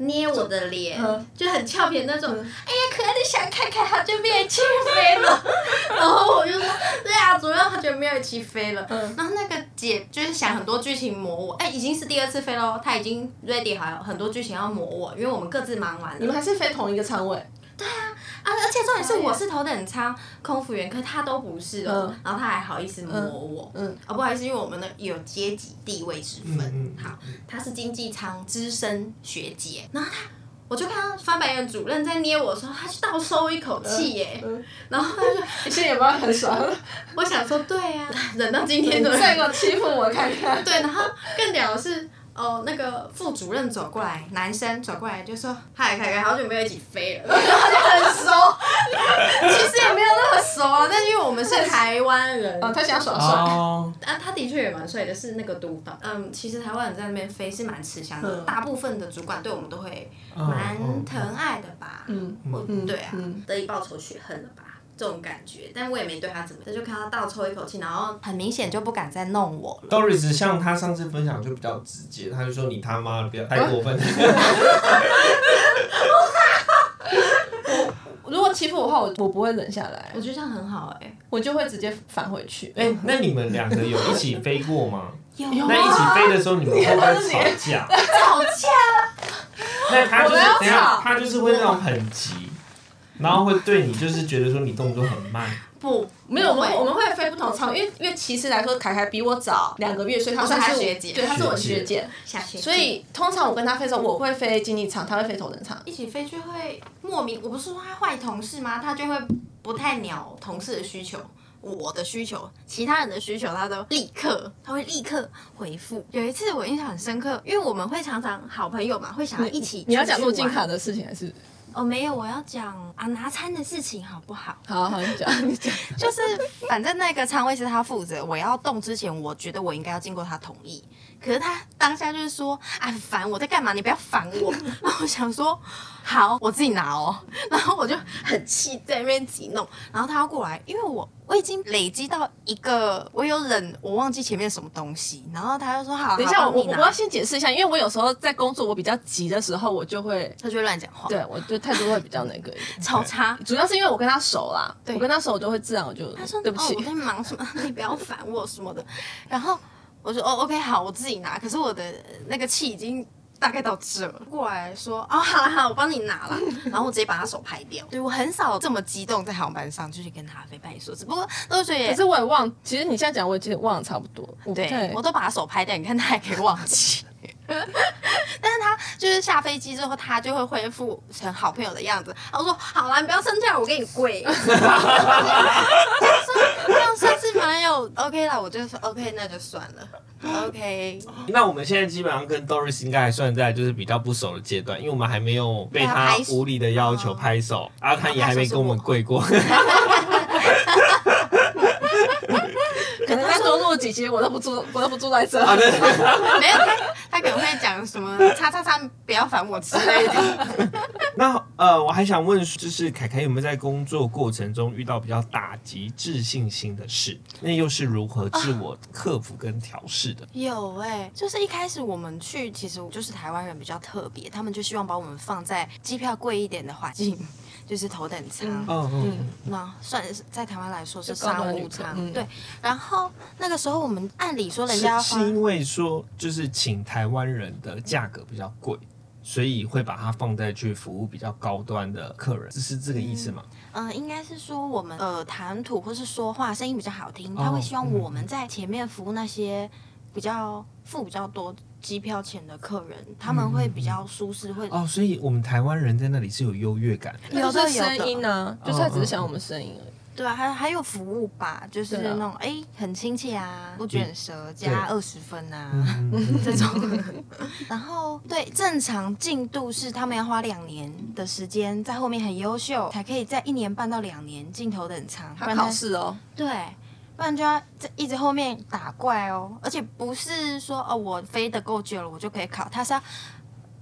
Speaker 2: 捏我的脸
Speaker 3: 嗯，
Speaker 2: 就很俏皮那种。哎呀，可爱的小凯凯，好久没有起飞了。然后我就说，对啊，主任好久没有一起飞了。
Speaker 3: 嗯
Speaker 2: 然后那个姐就是想很多剧情磨我，哎、已经是第二次飞喽，她已经 ready 好了很多剧情要磨我，因为我们各自忙完
Speaker 3: 你们
Speaker 2: 了。
Speaker 3: 还是飞同一个舱位？
Speaker 2: 啊，而且重点是我是头等舱空服员，可他都不是哦，然后他还好意思摸我，嗯，哦不好意思，因为我们的有阶级地位之分，
Speaker 1: 嗯嗯
Speaker 2: 好，他是经济舱资深学姐，然后他。我就看到翻白眼主任在捏我的时候，他就倒抽一口气耶，然后他就
Speaker 5: 你现在有没有很爽？
Speaker 2: 我想说，对啊，忍到今天的
Speaker 5: 再给我欺负我看看。
Speaker 2: 对，然后更屌的是，哦，那个副主任走过来，男生走过来就说：“嗨，凯凯，好久没有一起飞了。” 然后就很熟，其实也没有那么熟啊，但因为我们是台湾人，
Speaker 5: 哦，他想爽帅。
Speaker 1: 哦，
Speaker 2: 啊，他的确也蛮帅的，是那个督导。嗯，其实台湾人在那边飞是蛮吃香的，
Speaker 5: 嗯
Speaker 2: 大部分的主管对我们都会
Speaker 1: 嗯
Speaker 2: 蛮
Speaker 1: 嗯
Speaker 2: 疼爱的吧。
Speaker 5: 嗯
Speaker 2: 我
Speaker 5: 嗯
Speaker 2: 对啊
Speaker 5: 嗯，
Speaker 2: 得以报仇雪恨了吧。这种感觉，但我也没对他怎么样，他就看他倒抽一口气，然后很明显就不敢再弄我了。
Speaker 1: Doris 像他上次分享就比较直接，他就说你他妈的不要太过分。
Speaker 5: 如果欺负我的话，我我不会忍下来
Speaker 2: 我，觉得这样很好哎、
Speaker 5: 我就会直接返回去。
Speaker 1: 哎、那你们两个有一起飞过 吗？
Speaker 2: 有啊
Speaker 1: 那一起飞的时候你们会不会吵架？
Speaker 2: 吵架，
Speaker 1: 那他就
Speaker 5: 我
Speaker 1: 是
Speaker 5: 们要
Speaker 1: 等一下
Speaker 5: 吵
Speaker 1: 他就是会那种很急，然后会对你就是觉得说你动作很慢。
Speaker 2: 不，
Speaker 5: 没有，我
Speaker 2: 不
Speaker 5: 们
Speaker 2: 会
Speaker 5: 我们会飞不同舱，因为因为其实来说，凯凯比我早两个月，所以他
Speaker 2: 我是
Speaker 5: 算
Speaker 2: 他
Speaker 5: 是我
Speaker 2: 学姐
Speaker 5: 对，他是我的
Speaker 1: 学
Speaker 5: 学
Speaker 1: 姐
Speaker 5: 姐。
Speaker 2: 下学期
Speaker 5: 所以通常我跟他飞的时候，我会飞经济舱，他会飞头等舱。
Speaker 2: 一起飞就会莫名，我不是说他坏同事吗？他就会不太鸟同事的需求。我的需求，其他人的需求，他都立刻，他会立刻回复。有一次我印象很深刻，因为我们会常常好朋友嘛，会想要一起
Speaker 5: 你要讲
Speaker 2: 出去
Speaker 5: 入境
Speaker 2: 玩
Speaker 5: 卡的事情还是？
Speaker 2: 哦，没有，我要讲啊拿餐的事情好不好？
Speaker 5: 好好，你讲，你讲。
Speaker 2: 就是反正那个仓位是他负责，我要动之前，我觉得我应该要经过他同意。可是他当下就是说：“哎，烦我在干嘛？你不要烦我。” 然后我想说：“好，我自己拿哦。”然后我就很气，在那边急弄。然后他要过来，因为我我已经累积到一个我有忍，我忘记前面什么东西。然后他就说：“ 好，
Speaker 5: 等一下，
Speaker 2: 好
Speaker 5: 我我
Speaker 2: 帮你
Speaker 5: 我
Speaker 2: 拿
Speaker 5: 要先解释一下，因为我有时候在工作，我比较急的时候，我就会，
Speaker 2: 他就会乱讲话，
Speaker 5: 对我就态度会比较那个一点。
Speaker 2: 超差。
Speaker 5: 主要是因为我跟他熟啦，
Speaker 2: 对
Speaker 5: 我跟他熟，我就会自然我就
Speaker 2: 他说：“
Speaker 5: 对不
Speaker 2: 哦，我
Speaker 5: 起，
Speaker 2: 在忙什么？ 你不要烦我什么的。”然后我说：“哦，OK，好，我自己拿。”可是我的那个气已经大概到这了，过来说：“哦，好了好了，我帮你拿了。”然后我直接把他手拍掉。对我很少这么激动在航班上，就是跟他飞拜说，只不过都觉
Speaker 5: 可
Speaker 2: 得
Speaker 5: 是我也忘，其实你现在讲，我已经忘了差不多。我不
Speaker 2: 对
Speaker 5: 太
Speaker 2: 我都把他手拍掉，你看他还可以忘记。但是他就是下飞机之后，他就会恢复成好朋友的样子。然后我说：“好啦，你不要生气了，我给你跪。”这样算是蛮有 OK 啦，我就说 OK，那就算了。OK，
Speaker 1: 那我们现在基本上跟 Doris 应该还算在就是比较不熟的阶段，因为我们还没有被他无理的要求拍手，然啊后他也还没跟我们啊跪过。
Speaker 5: 可能他多录几集，我都不住， 我都不住在
Speaker 1: 啊
Speaker 5: 这。
Speaker 2: 没有他，他可能会讲什么“叉叉叉”，不要烦我之类的。
Speaker 1: 那呃，我还想问，就是凯凯有没有在工作过程中遇到比较打击自信心的事？那又是如何自
Speaker 2: 啊
Speaker 1: 我克服跟调试的？
Speaker 2: 有哎、就是一开始我们去，其实就是台湾人比较特别，他们就希望把我们放在机票贵一点的环境，就是头等舱。
Speaker 5: 嗯
Speaker 1: 嗯嗯，
Speaker 2: 那算是在台湾来说是
Speaker 5: 就高端
Speaker 2: 商
Speaker 5: 旅
Speaker 2: 务
Speaker 5: 客
Speaker 2: 舱，
Speaker 5: 嗯
Speaker 2: 对。然后那个时候我们按理说人
Speaker 1: 是
Speaker 2: 家要
Speaker 1: 是
Speaker 2: 花
Speaker 1: 因为说就是请台湾人的价格比较贵。所以会把它放在去服务比较高端的客人，是是这个意思吗？
Speaker 2: 嗯，应该是说我们呃谈吐或是说话声音比较好听，他
Speaker 1: 哦
Speaker 2: 会希望
Speaker 1: 嗯
Speaker 2: 我们在前面服务那些比较付比较多机票钱的客人，他们会
Speaker 1: 嗯
Speaker 2: 比较舒适，会
Speaker 1: 哦，所以我们台湾人在那里是有优越感的。
Speaker 2: 有
Speaker 5: 就
Speaker 2: 的
Speaker 5: 是
Speaker 2: 有
Speaker 5: 声音
Speaker 2: 的，
Speaker 5: 呢，就是他只是想我们声音而已。
Speaker 2: 对啊，还还有服务吧，就是
Speaker 5: 对啊
Speaker 2: 那种哎、很亲切啊，不卷舌
Speaker 1: 对
Speaker 2: 加二十分啊。
Speaker 1: 嗯嗯嗯
Speaker 2: 这种。然后对正常进度是他们要花两年的时间，在后面很优秀才可以在一年半到两年进头等舱，不
Speaker 5: 他
Speaker 2: 然
Speaker 5: 考试哦，
Speaker 2: 对。不然就要在一直后面打怪哦，而且不是说哦我飞得够久了我就可以考，他是要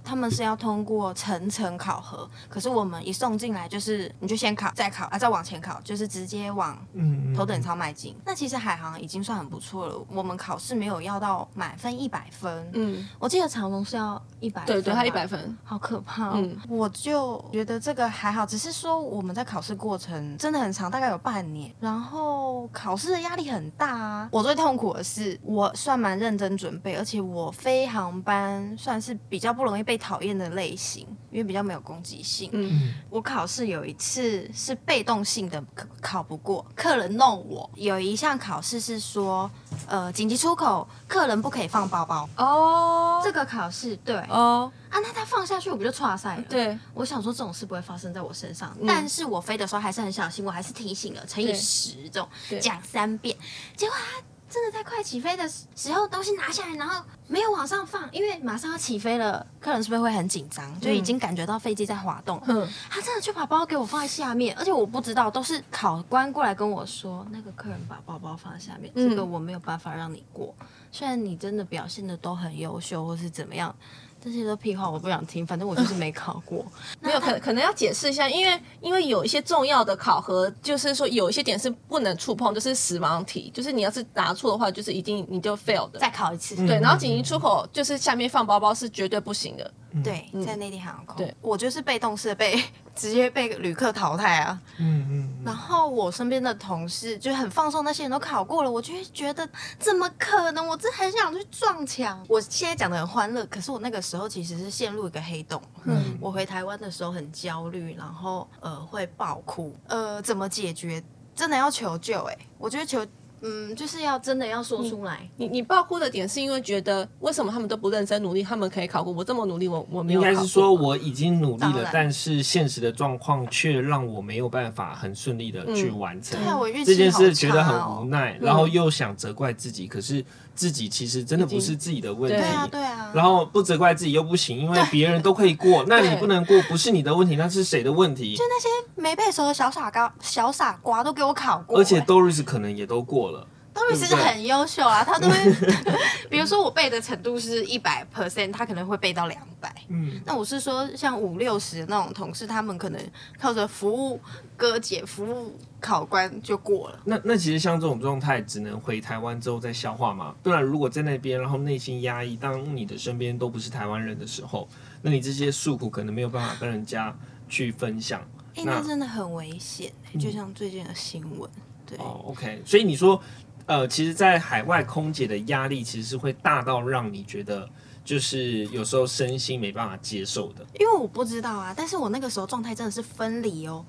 Speaker 2: 他们是要通过层层考核，可是我们一送进来就是你就先考再考啊再往前考，就是直接往
Speaker 1: 嗯，嗯
Speaker 2: 头等。舱迈进。那其实海航已经算很不错了，我们考试没有要到满分一百分，
Speaker 5: 嗯，
Speaker 2: 我记得长隆是要一百，
Speaker 5: 对对，他一百，分，
Speaker 2: 好可怕、哦。
Speaker 5: 嗯
Speaker 2: 我就觉得这个还好，只是说我们在考试过程真的很长，大概有半年，然后考试的压力很大啊。我最痛苦的是，我算蛮认真准备，而且我飞航班算是比较不容易被讨厌的类型，因为比较没有攻击性。
Speaker 1: 嗯
Speaker 2: 我考试有一次是被动性的考考不过，客人弄我。有一项考试是说，呃，紧急出口，客人不可以放包包。
Speaker 3: 哦
Speaker 2: 嗯这个考试对啊，
Speaker 3: 哦，
Speaker 2: 那他放下去我不就错啊赛了？，
Speaker 3: 对，嗯
Speaker 2: 我想说这种事不会发生在我身上，但是我飞的时候还是很小心，我还是提醒了乘以
Speaker 3: 对
Speaker 2: 十这种
Speaker 3: 对
Speaker 2: 讲三遍，结果他真的在快起飞的时候东西拿下来，然后没有往上放，因为马上要起飞了，客人是不是会很紧张？就已经感觉到飞机在滑动，
Speaker 3: 嗯
Speaker 2: 他真的就把包包给我放在下面，而且我不知道，都是考官过来跟我说，那个客人把包包放在下面，
Speaker 3: 嗯
Speaker 2: 这个我没有办法让你过。虽然你真的表现的都很优秀，或是怎么样，这些都屁话，我不想听。反正我就是没考过。
Speaker 3: 没有可可能要解释一下，因为因为有一些重要的考核，就是说有一些点是不能触碰，就是死亡题，就是你要是答错的话，就是一定你就 fail 的。
Speaker 2: 再考一次，
Speaker 1: 嗯
Speaker 3: 对，嗯然后紧急出口就是下面放包包是绝对不行的。
Speaker 1: 嗯
Speaker 2: 对，在内地航空，
Speaker 3: 嗯对
Speaker 2: 我就是被动式的被 直接被旅客淘汰啊。
Speaker 1: 嗯嗯，
Speaker 2: 然后我身边的同事就很放松，那些人都考过了，我就会觉得怎么可能？我真的很想去撞墙。我现在讲的很欢乐，可是我那个时候其实是陷入一个黑洞。
Speaker 1: 嗯
Speaker 2: 我回台湾的时候很焦虑，然后呃会爆哭，呃怎么解决？真的要求救哎、我觉得求嗯就是要真的要说出来。
Speaker 3: 你你爆哭的点是因为觉得为什么他们都不认真努力，他们可以考过，我这么努力，我我没有
Speaker 1: 应
Speaker 3: 考过。
Speaker 1: 该是说我已经努力
Speaker 2: 当
Speaker 1: 了
Speaker 2: 然，
Speaker 1: 但是现实的状况却让我没有办法很顺利的去完成。
Speaker 2: 对啊，我运
Speaker 1: 嗯这
Speaker 2: 气
Speaker 1: 件
Speaker 2: 好
Speaker 1: 事觉得
Speaker 2: 差
Speaker 1: 很无
Speaker 2: 哦。
Speaker 1: 奈，然后又想责怪自己，可是自己其实真的不是自己的问
Speaker 3: 已
Speaker 1: 题
Speaker 2: 对。啊，对啊。
Speaker 1: 然后不责怪自己又不行，因为别人都可以过，那你不能过不是你的问题，那是谁的问题？
Speaker 2: 那些没背熟的小傻瓜、小傻瓜都给我考过、
Speaker 1: 而且
Speaker 2: 欸
Speaker 1: Doris 可能也都过了，对
Speaker 2: Doris
Speaker 1: 不
Speaker 2: 是
Speaker 1: 对
Speaker 2: 很优秀 啊，他都会，比如说我背的程度是一百 percent，他可能会背到两百。
Speaker 1: 嗯，
Speaker 2: 那我是说，像五六十那种同事，他们可能靠着服务哥姐、服务考官就过了。
Speaker 1: 那那其实像这种状态，只能回台湾之后再消化嘛。不然如果在那边，然后内心压抑，当你的身边都不是台湾人的时候，那你这些诉苦可能没有办法跟人家去分享。
Speaker 2: 哎、
Speaker 1: 那嗯
Speaker 2: 那真的很危险、欸，就像最近的新闻，对，
Speaker 1: 哦，OK，所以你说，呃，其实，在海外空姐的压力其实是会大到让你觉得，就是有时候身心没办法接受的。
Speaker 2: 因为我不知道啊，但是我那个时候状态真的是分离哦，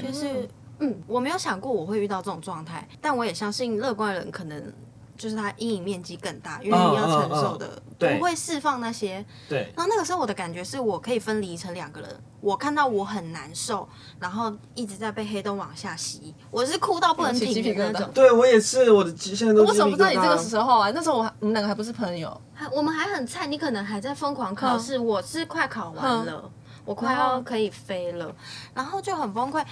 Speaker 2: 就
Speaker 1: OK，
Speaker 2: 是嗯，我没有想过我会遇到这种状态，但我也相信乐观的人可能就是他阴影面积更大，因为你要承受的
Speaker 1: 嗯对
Speaker 2: 不会释放那些。
Speaker 1: 对，
Speaker 2: 然后那个时候我的感觉是我可以分离成两个人，我看到我很难受，然后一直在被黑洞往下吸，我是哭到不能
Speaker 3: 起
Speaker 2: 停
Speaker 3: 鸡皮
Speaker 2: 的
Speaker 3: 疙
Speaker 2: 那
Speaker 3: 瘩
Speaker 2: 种。
Speaker 1: 对我也是，我的现在都
Speaker 3: 我怎么不知道你这
Speaker 1: 鸡皮
Speaker 3: 个
Speaker 1: 疙瘩
Speaker 3: 时候啊？那时候我还我们两个还不是朋友。
Speaker 2: 还我们还很菜，你可能还在疯狂
Speaker 3: 嗯
Speaker 2: 考试，我是快考完了。我快要可以飞
Speaker 3: 嗯
Speaker 2: 了，然后就很崩溃。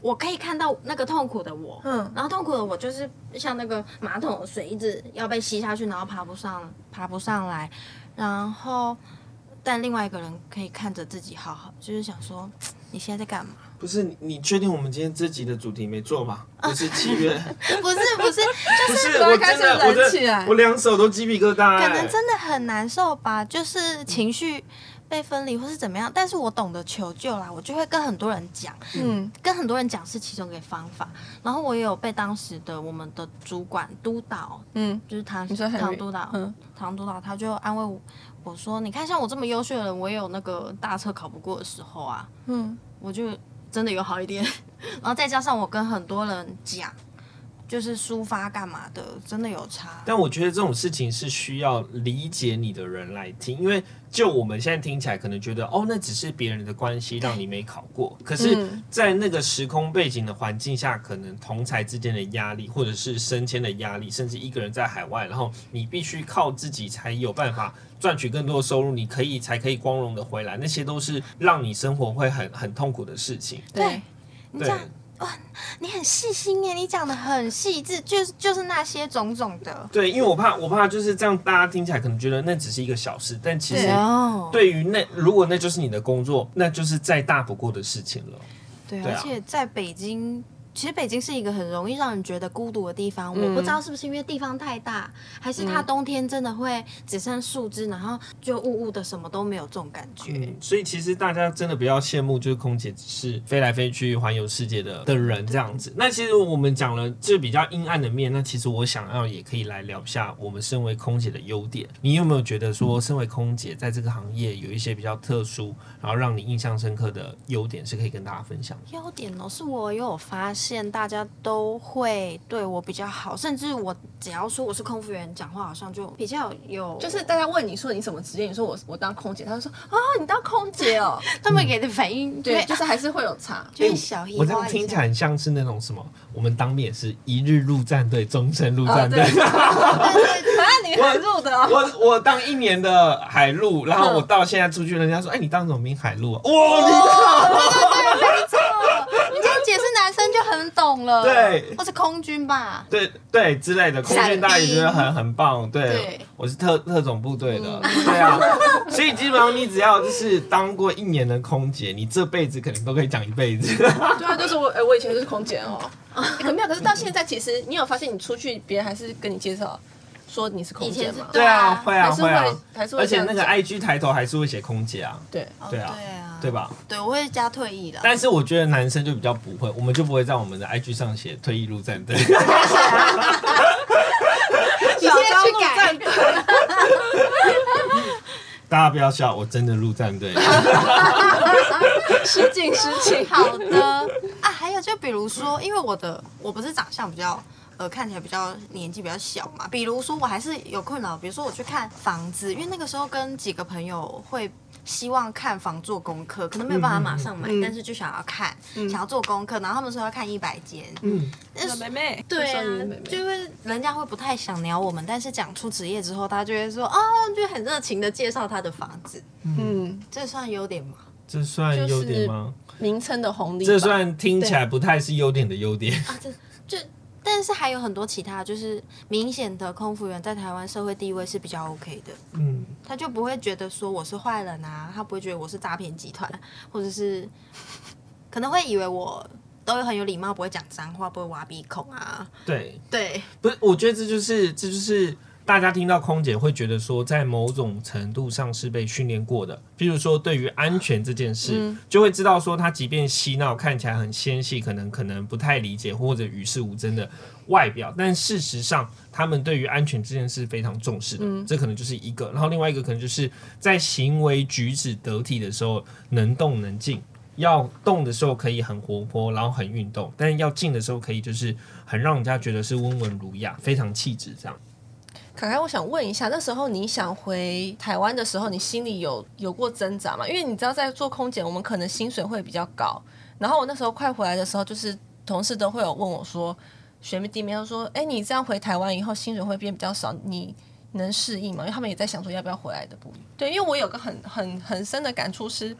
Speaker 2: 我可以看到那个痛苦的我，
Speaker 3: 嗯
Speaker 2: 然后痛苦的我就是像那个马桶的水一直要被吸下去，然后爬不上，爬不上来。然后，但另外一个人可以看着自己，好好就是想说，你现在在干嘛？
Speaker 1: 不是你，你确定我们今天这集的主题没做吧？不是七 月，
Speaker 2: 不是不是，
Speaker 1: 不是
Speaker 3: 突然
Speaker 1: 我
Speaker 3: 开
Speaker 1: 真
Speaker 3: 始
Speaker 1: 的，我
Speaker 3: 燃起来
Speaker 1: 的，我两手都鸡皮疙瘩、
Speaker 2: 可
Speaker 1: 欸。
Speaker 2: 能真的很难受吧，就是情绪被分离或是怎么样。但是我懂得求救啦，我就会跟很多人讲，
Speaker 3: 嗯，
Speaker 2: 跟很多人讲是其中一个方法。然后我也有被当时的我们的主管督导，
Speaker 3: 嗯，
Speaker 2: 就是唐
Speaker 3: 你说 Henry，
Speaker 2: 唐督导，
Speaker 3: 嗯
Speaker 2: 唐督导他就安慰我我说，你看像我这么优秀的人，我也有那个大测考不过的时候啊，
Speaker 3: 嗯，
Speaker 2: 我就真的有好一点。 然后再加上我跟很多人讲，就是抒发干嘛的，真的有差。
Speaker 1: 但我觉得这种事情是需要理解你的人来听，因为就我们现在听起来可能觉得哦，那只是别人的关系让你没考过，可是
Speaker 3: 嗯，
Speaker 1: 在那个时空背景的环境下，可能同才之间的压力，或者是升迁的压力，甚至一个人在海外，然后你必须靠自己才有办法赚取更多的收入，你可以才可以光荣的回来，那些都是让你生活会很很痛苦的事情。
Speaker 3: 对，
Speaker 2: 你
Speaker 1: 对
Speaker 2: 这，样你很细心耶，你讲的很细致，就是就是那些种种的。
Speaker 1: 对，因为我怕我怕就是这样，大家听起来可能觉得那只是一个小事，但其实
Speaker 3: 对
Speaker 2: 哦，
Speaker 1: 对于那如果那就是你的工作，那就是再大不过的事情了。
Speaker 2: 对，
Speaker 1: 对啊
Speaker 2: 而且在北京其实北京是一个很容易让人觉得孤独的地方。我不知道是不是因为地方太大，还是它冬天真的会只剩树枝，然后就雾雾的，什么都没有这种感觉。
Speaker 1: 嗯，所以其实大家真的不要羡慕，就是空姐只是飞来飞去环游世界的的人这样子。那其实我们讲了这比较阴暗的面，那其实我想要也可以来聊一下我们身为空姐的优点。你有没有觉得说，身为空姐在这个行业有一些比较特殊，然后让你印象深刻的优点是可以跟大家分享的？
Speaker 2: 优点哦，是我有发现大家都会对我比较好，甚至我只要说我是空服员，讲话好像就比较有，
Speaker 3: 就是大家问你说你什么职业，你说我我当空姐，他就说啊你当空姐 哦，
Speaker 2: 他们给的反应就会
Speaker 3: 对，就是还是会有 差。
Speaker 2: 就会小一
Speaker 1: 哎我这样听起来很像是那种什么，我们当面是一日陆战队，终身陆战队。
Speaker 2: 哦
Speaker 3: 反正你很入的哦，
Speaker 1: 我我当一年的海陆，然后我到现在出去，人家说，哎、你当什么兵海陆
Speaker 2: 哦
Speaker 1: 啊？哇，
Speaker 2: 你这样解释男生就很懂了，
Speaker 1: 对
Speaker 2: 或是空军吧啊
Speaker 1: 你，对对之类的，空军大家也觉得很很棒，对，
Speaker 2: 对嗯
Speaker 1: 我是特特种部队的，对啊，所以基本上你只要就是当过一年的空姐，你这辈子可能都可以讲一辈子。
Speaker 3: 对啊，就是我，哎、我以前是空姐哦、欸可没有，可是到现在，其实你有发现，你出去别人还是跟你介绍说你是空姐
Speaker 2: 以
Speaker 3: 吗
Speaker 2: 前？是
Speaker 1: 对啊，会啊
Speaker 3: 还是
Speaker 1: 会啊
Speaker 3: 会，还是会
Speaker 1: 而且那
Speaker 3: 这
Speaker 1: 个
Speaker 3: 样哦
Speaker 1: IG 抬头还是会写空姐啊，
Speaker 3: 对，
Speaker 1: 对啊，
Speaker 2: 对啊
Speaker 1: 对吧？
Speaker 2: 对我会加退役的，
Speaker 1: 但是我觉得男生就比较不会，我们就不会在我们的 IG 上写退役陆战队。
Speaker 2: 你现在去改，
Speaker 1: 大家不要笑，我真的陆战 队。
Speaker 3: 失 敬失敬。
Speaker 2: 好的啊，还有就比如说，因为我的我不是长相比较。呃，看起来比较年纪比较小嘛，比如说我还是有困扰，比如说我去看房子，因为那个时候跟几个朋友会希望看房做功课，可能没有办法马上买，但是就想要看，想要做功课，然后他们说要看一百间，
Speaker 1: 嗯，
Speaker 3: 那妹妹，
Speaker 2: 对啊
Speaker 3: 那时候你的妹，妹
Speaker 2: 就会人家会不太想鸟我们，但是讲出职业之后，他就会说哦，就很热情的介绍他的房子，
Speaker 3: 嗯，
Speaker 2: 这算优点吗？
Speaker 1: 这算优点吗？
Speaker 3: 名称的红利吧，
Speaker 1: 这算听起来不太是优点的优点。
Speaker 2: 啊，这就。 但是还有很多其他，就是明显的空服员在台湾社会地位是比较 OK 的，
Speaker 1: 嗯，
Speaker 2: 他就不会觉得说我是坏人啊，他不会觉得我是诈骗集团，啊或者是可能会以为我都很有礼貌，不会讲脏话，不会挖鼻孔啊。
Speaker 1: 对，
Speaker 2: 对，
Speaker 1: 不是，我觉得这就是这就是大家听到空姐会觉得说，在某种程度上是被训练过的。比如说，对于安全这件事，就会知道说，她即便嬉闹看起来很纤细，可能可能不太理解或者与世无争的外表，但事实上，他们对于安全这件事非常重视的。这可能就是一个，然后另外一个可能就是在行为举止得体的时候，能动能静。要动的时候可以很活泼，然后很运动，但是要静的时候可以就是很让人家觉得是温文儒雅，非常气质这样。
Speaker 3: 凯凯，我想问一下，那时候你想回台湾的时候，你心里有有过挣扎吗？因为你知道，在做空姐，我们可能薪水会比较高。然后我那时候快回来的时候，就是同事都会有问我说，学弟妹都说，哎，你这样回台湾以后，薪水会变比较少，你能适应吗？因为他们也在想说要不要回来的不？对，因为我有个很很很深的感触是。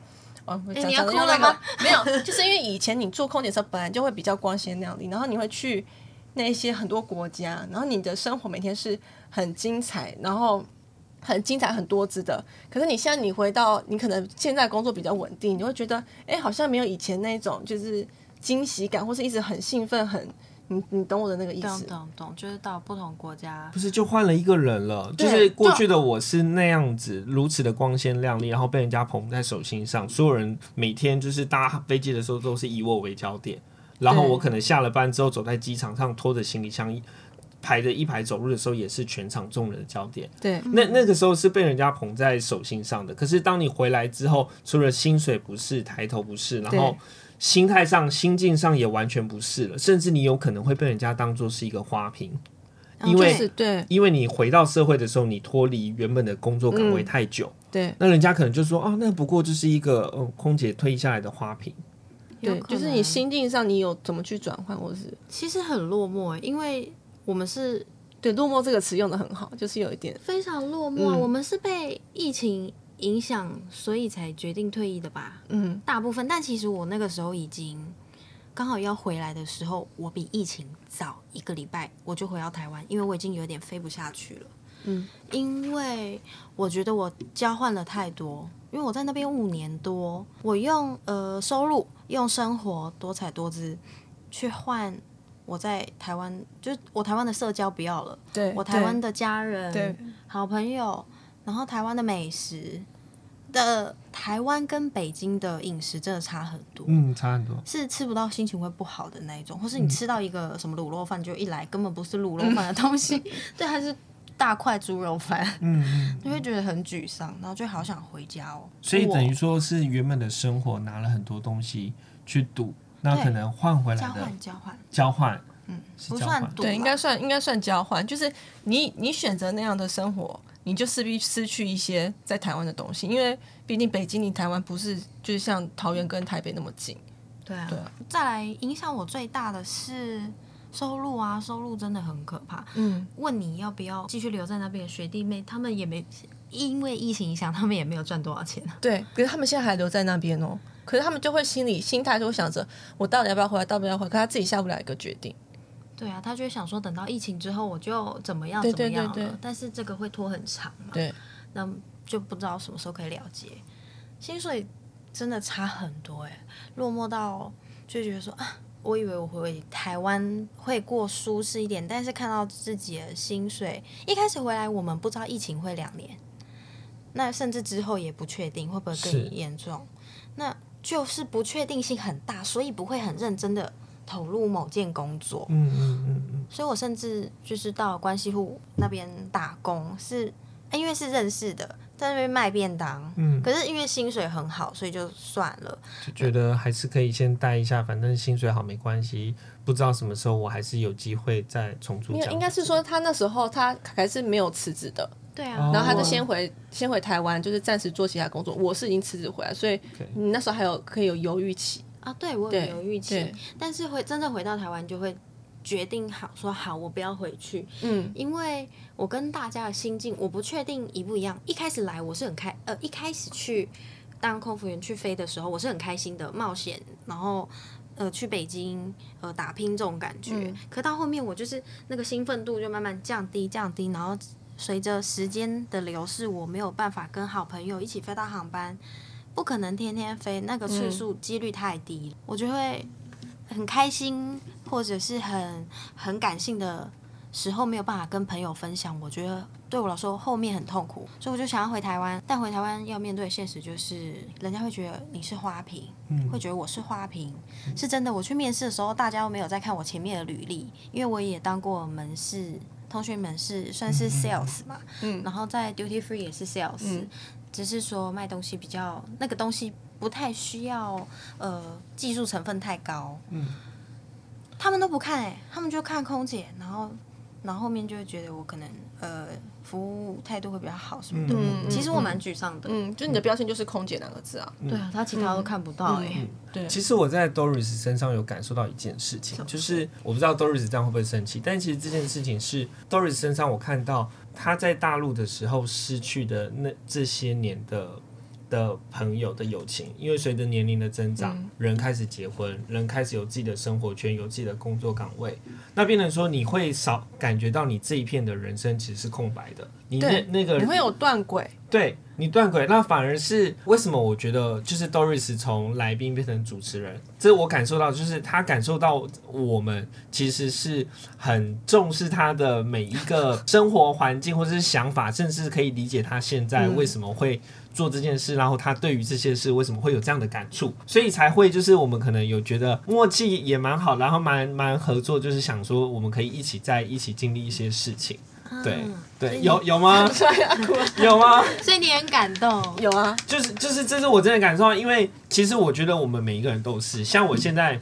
Speaker 3: 哦，
Speaker 2: 诶
Speaker 3: 讲
Speaker 2: 哎你要
Speaker 3: 讲得
Speaker 2: 哭
Speaker 3: 像那
Speaker 2: 了吗
Speaker 3: 个 没有，就是因为以前你做空姐的时候，本来就会比较光鲜亮丽，然后你会去那些很多国家，然后你的生活每天是很精彩，然后很精彩很多姿的。可是你现在你回到你可能现在工作比较稳定，你会觉得哎，好像没有以前那种就是惊喜感，或是一直很兴奋，很你你懂我的那个意
Speaker 2: 懂
Speaker 3: 思。
Speaker 2: 懂懂，就是到不同国家
Speaker 1: 不，是就换了一个人了，就是过去的我是那样子，如此的光鲜亮丽，然后被人家捧在手心上，所有人每天就是搭飞机的时候都是以我为焦点，然后
Speaker 3: 对
Speaker 1: 我可能下了班之后走在机场上拖着行李箱一排着一排走路的时候，也是全场众人的焦点。
Speaker 3: 对，
Speaker 2: 嗯
Speaker 1: 那那个时候是被人家捧在手心上的，可是当你回来之后，除了薪水不是，抬头不是，然后
Speaker 3: 对
Speaker 1: 心态上、心境上也完全不是了，甚至你有可能会被人家当做是一个花瓶，因
Speaker 2: 哦
Speaker 1: 为、
Speaker 3: 就是对
Speaker 1: 因为你回到社会的时候，你脱离原本的工作岗
Speaker 2: 嗯
Speaker 1: 位太久，
Speaker 3: 对
Speaker 1: 那人家可能就说啊，那不过就是一个嗯，空姐退役下来的花瓶。
Speaker 3: 对，
Speaker 2: 可
Speaker 3: 就是
Speaker 2: 能
Speaker 3: 你心境上你有怎么去转换，或者是
Speaker 2: 其实很落寞，因为我们是
Speaker 3: 对“落寞”这个词用的很好，就是有一点
Speaker 2: 非常落寞、啊
Speaker 3: 嗯
Speaker 2: 我们是被疫情影响，所以才决定退役的吧？
Speaker 3: 嗯，
Speaker 2: 大部分。但其实我那个时候已经刚好要回来的时候，我比疫情早一个礼拜我就回到台湾，因为我已经有点飞不下去了。
Speaker 3: 嗯，
Speaker 2: 因为我觉得我交换了太多，因为我在那边五年多，我用呃收入用生活多彩多姿去换我在台湾，就是我台湾的社交不要了，
Speaker 5: 对
Speaker 2: 我台湾的家人、好朋友，然后台湾的美食的台湾跟北京的饮食真的差很多。
Speaker 1: 嗯，差很多。
Speaker 2: 是吃不到心情会不好的那一种，或
Speaker 1: 嗯
Speaker 2: 是你吃到一个什么卤肉饭，就一来根本不是卤肉饭的 东西，对，还是大块猪肉饭，
Speaker 1: 嗯，
Speaker 2: 你会觉得很沮丧，然后就好想回家哦。
Speaker 1: 所以
Speaker 2: 我
Speaker 1: 等于说是原本的生活拿了很多东西去赌，那
Speaker 2: 对
Speaker 1: 可能换回
Speaker 2: 交
Speaker 1: 来的
Speaker 2: 换交换，
Speaker 1: 交换，
Speaker 2: 嗯，
Speaker 1: 是
Speaker 2: 不
Speaker 1: 交
Speaker 2: 算
Speaker 1: 换
Speaker 2: 赌啦，
Speaker 5: 对，应该算应该算交换，就是你你选择那样的生活，你就势必失去一些在台湾的东西，因为毕竟北京离台湾不是就是像桃园跟台北那么近，
Speaker 2: 对啊
Speaker 5: 对啊
Speaker 2: 再来影响我最大的是收入啊，收入真的很可怕。
Speaker 5: 嗯，
Speaker 2: 问你要不要继续留在那边的学弟妹，他们也没因为疫情影响，他们也没有赚多少钱啊。
Speaker 5: 对，可是他们现在还留在那边哦，可是他们就会心里心态就会想着我到底要不要回来，到底要不要回来，可他自己下不了一个决定，
Speaker 2: 对啊，他就会想说，等到疫情之后我就怎么样
Speaker 5: 对
Speaker 2: 怎么样了，
Speaker 5: 对对对
Speaker 2: 但是这个会拖很长嘛，
Speaker 5: 对，
Speaker 2: 那就不知道什么时候可以了结。薪水真的差很多哎、落寞到就觉得说啊，我以为我回台湾会过舒适一点，但是看到自己的薪水，一开始回来我们不知道疫情会两年，那甚至之后也不确定会不会
Speaker 1: 是
Speaker 2: 更严重，那就是不确定性很大，所以不会很认真的投入某件工作。
Speaker 1: 嗯嗯嗯嗯，
Speaker 2: 所以我甚至就是到关系户那边打工，是、哎因为是认识的，在那边卖便当。
Speaker 1: 嗯
Speaker 2: 可是因为薪水很好，所以就算了。
Speaker 1: 就觉得还是可以先待一下，反正薪水好没关系，不知道什么时候我还是有机会再重出
Speaker 5: 因
Speaker 1: 江
Speaker 5: 为
Speaker 1: 湖。
Speaker 5: 应该是说他那时候他还是没有辞职的，
Speaker 2: 对
Speaker 1: 哦
Speaker 5: 啊然后他就先回先回台湾，就是暂时做其他工作，我是已经辞职回来，所以
Speaker 1: OK
Speaker 5: 你那时候还有可以有犹豫期。
Speaker 2: 啊，对我有
Speaker 5: 对
Speaker 2: 犹豫期
Speaker 5: 对，
Speaker 2: 但是回真的回到台湾就会决定好说好，我不要回去，
Speaker 5: 嗯，
Speaker 2: 因为我跟大家的心境我不确定一不一样。一开始来我是很开，呃，一开始去当空服员去飞的时候，我是很开心的冒险，然后。呃，去北京，呃，打拼这种感觉。
Speaker 5: 嗯
Speaker 2: 可到后面，我就是那个兴奋度就慢慢降低，降低，然后随着时间的流逝，我没有办法跟好朋友一起飞到航班，不可能天天飞，那个次数几率太低了，我就会很开心，或者是很很感性的时候没有办法跟朋友分享，我觉得对我来说后面很痛苦，所以我就想要回台湾，但回台湾要面对的现实就是，人家会觉得你是花瓶，
Speaker 1: 嗯
Speaker 2: 会觉得我是花瓶，是真的。我去面试的时候，大家都没有在看我前面的履历，因为我也当过门市。通讯门市算是 sales 嘛，
Speaker 5: 嗯
Speaker 2: 然后在 duty free 也是 sales，、
Speaker 5: 嗯
Speaker 2: 只是说卖东西比较那个东西不太需要呃技术成分太高，
Speaker 1: 嗯
Speaker 2: 他们都不看哎、他们就看空姐，然后然后后面就会觉得我可能呃服务态度会比较好什么的。
Speaker 5: 嗯嗯
Speaker 2: 其实我蛮沮丧的，
Speaker 5: 嗯，就你的标签就是空姐两个字啊。
Speaker 2: 对啊，他其他都看不到哎、
Speaker 5: 对
Speaker 1: 其实我在 Doris 身上有感受到一件事情，就是我不知道 Doris 这样会不会生气，但其实这件事情是 Doris 身上我看到她在大陆的时候失去的那这些年的的朋友的友情，因为随着年龄的增长，
Speaker 5: 嗯
Speaker 1: 人开始结婚，人开始有自己的生活圈，有自己的工作岗位，那变成说你会少感觉到你这一片的人生其实是空白的，你那
Speaker 5: 对
Speaker 1: 那个
Speaker 5: 你会有断轨，
Speaker 1: 对你断轨，那反而是为什么？我觉得就是 Doris 从来宾变成主持人，这我感受到，就是他感受到我们其实是很重视他的每一个生活环境或者是想法，甚至可以理解他现在为什么会做这件事，然后他对于这些事为什么会有这样的感触，所以才会就是我们可能有觉得默契也蛮好，然后蛮蛮合作，就是想说我们可以一起在一起经历一些事情。对对，有有吗？有吗？
Speaker 2: 所以你很感动，
Speaker 5: 有啊，
Speaker 1: 就是就是，这是我真的感受到，因为其实我觉得我们每一个人都是，像我现在，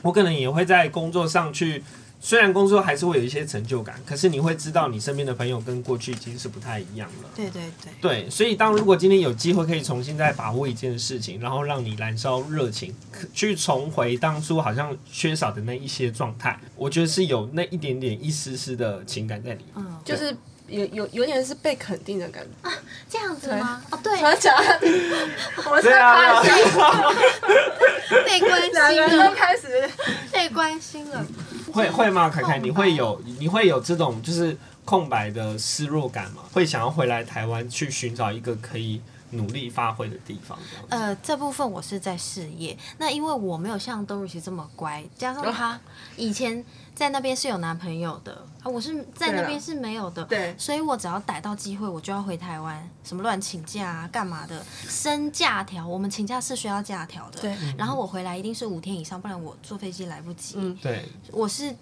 Speaker 1: 我可能也会在工作上去，虽然工作还是会有一些成就感，可是你会知道你身边的朋友跟过去其实是不太一样了。
Speaker 2: 对对对，
Speaker 1: 对，所以当如果今天有机会可以重新再把握一件事情，然后让你燃烧热情，可去重回当初好像缺少的那一些状态，我觉得是有那一点点一丝丝的情感在里面。
Speaker 2: 嗯，
Speaker 5: 就是有有有点是被肯定的感觉。
Speaker 2: 这样子吗？哦，对，
Speaker 5: 而且我们
Speaker 1: 对啊，对啊
Speaker 2: 被关
Speaker 5: 两个
Speaker 2: 心
Speaker 5: 人都
Speaker 2: 了，
Speaker 5: 开始
Speaker 2: 被关心了，
Speaker 1: 会会吗？凯凯，
Speaker 2: 空白
Speaker 1: 你会有你会有这种就是空白的失落感吗？会想要回来台湾去寻找一个可以努力发挥的地方？这样子
Speaker 2: 呃，这部分我是在事业。那因为我没有像窦若琪这么乖，加上她以前在那边是有男朋友的啊，我是在那边是没有的。
Speaker 3: 对
Speaker 2: 所以我只要逮到机会，我就要回台湾，什么乱请假啊，干嘛的，升假条。我们请假是需要假条的。
Speaker 3: 对。
Speaker 1: 嗯
Speaker 2: 然后我回来一定是五天以上，不然我坐飞机来不及。
Speaker 3: 嗯
Speaker 1: 对，
Speaker 2: 我是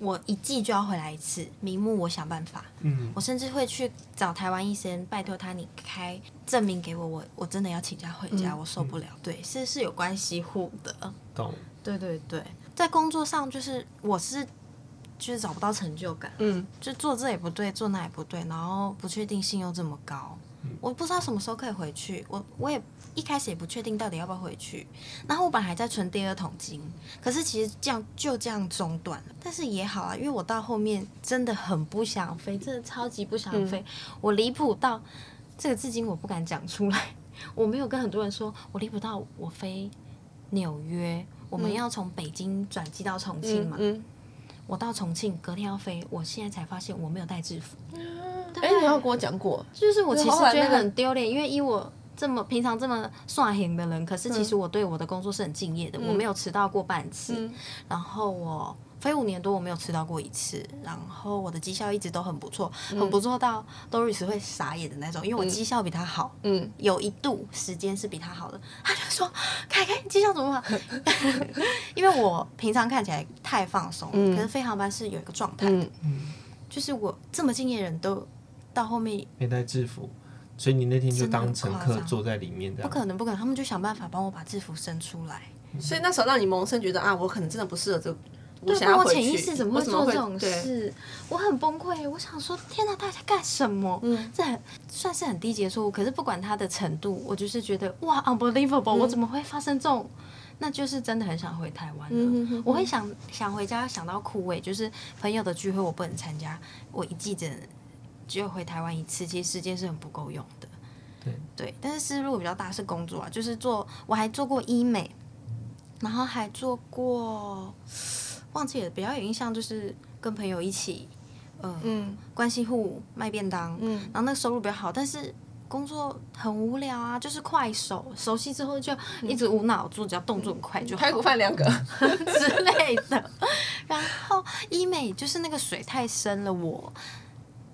Speaker 2: 我一季就要回来一次，明目我想办法。
Speaker 1: 嗯
Speaker 2: 我甚至会去找台湾医生，拜托他，你开证明给我，我我真的要请假回家，我受不了。对，是是有关系户的。
Speaker 1: 懂。
Speaker 2: 对对对，在工作上就是我是就是找不到成就感，
Speaker 3: 嗯，
Speaker 2: 就做这也不对，做那也不对，然后不确定性又这么高，我不知道什么时候可以回去，我我也一开始也不确定到底要不要回去，然后我本来还在存第二桶金，可是其实这样就这样中断了，但是也好啊，因为我到后面真的很不想飞，真的超级不想飞，我离谱到这个至今我不敢讲出来，我没有跟很多人说，我离谱到我飞纽约。我们要从北京转机到重庆嘛？
Speaker 3: 嗯，
Speaker 2: 我到重庆，隔天要飞，我现在才发现我没有带制服。
Speaker 3: 哎，你有跟我讲过，
Speaker 2: 就是我其实
Speaker 3: 后来
Speaker 2: 觉得
Speaker 3: 那个
Speaker 2: 很丢脸，因为以我这么平常这么耍闲的人，可是其实
Speaker 3: 嗯
Speaker 2: 我对我的工作是很敬业的，我没有迟到过半次。然后我飞五年多，我没有迟到过一次。然后我的绩效一直都很不错，
Speaker 3: 嗯
Speaker 2: 很不错到 Doris 会傻眼的那种，因为我绩效比他好。
Speaker 3: 嗯，
Speaker 2: 有一度时间是比他好的，他就说：“凯凯，你绩效怎么好？” 因为我平常看起来太放松了，
Speaker 3: 嗯
Speaker 2: 可是飞航班是有一个状态的，就是我这么敬业的人都到后面
Speaker 1: 没带制服，所以你那天就
Speaker 2: 真的很
Speaker 1: 当乘
Speaker 2: 夸
Speaker 1: 客
Speaker 2: 张
Speaker 1: 坐在里面这
Speaker 2: 不
Speaker 1: 样。
Speaker 2: 可能，不可能，他们就想办法帮我把制服生出来。
Speaker 3: 所以那时候让你萌生觉得啊，我可能真的不适合这个，我
Speaker 2: 对，
Speaker 3: 想
Speaker 2: 不过
Speaker 3: 要回
Speaker 2: 我
Speaker 3: 去。
Speaker 2: 潜意识怎么
Speaker 3: 我
Speaker 2: 会做这种
Speaker 3: 对
Speaker 2: 事？我很崩溃，我想说，天哪，大家干什么？嗯，这很算是很低级的错误，可是不管它的程度，我就是觉得哇，unbelievable，、我怎么会发生这种？那就是真的很想回台湾了。我会想想回家，想到枯萎，就是朋友的聚会我不能参加，我一季只能只有回台湾一次，其实时间是很不够用的。
Speaker 1: 对
Speaker 2: 对，但是思路比较大是工作啊，就是做我还做过医美，然后还做过忘记了，比较有印象就是跟朋友一起，呃，
Speaker 3: 嗯
Speaker 2: 关系户卖便当，
Speaker 3: 嗯，
Speaker 2: 然后那收入比较好，但是工作很无聊啊，就是快手，熟悉之后就一直无脑做，只要动作很快就好
Speaker 3: 排骨饭两个，
Speaker 2: 之类的。然后医美就是那个水太深了，我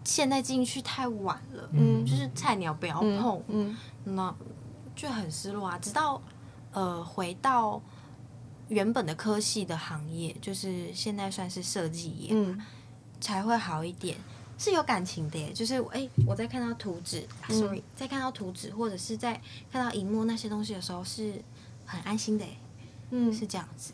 Speaker 2: 现在进去太晚了，
Speaker 1: 嗯
Speaker 2: 就是菜鸟不要碰，
Speaker 3: 嗯，
Speaker 2: 那就很失落啊。直到呃回到原本的科系的行业，就是现在算是设计业，
Speaker 3: 嗯，
Speaker 2: 才会好一点。是有感情的耶，就是哎、我在看到图纸、啊、，sorry，、在看到图纸或者是在看到荧幕那些东西的时候，是很安心的耶，
Speaker 3: 嗯
Speaker 2: 是这样子。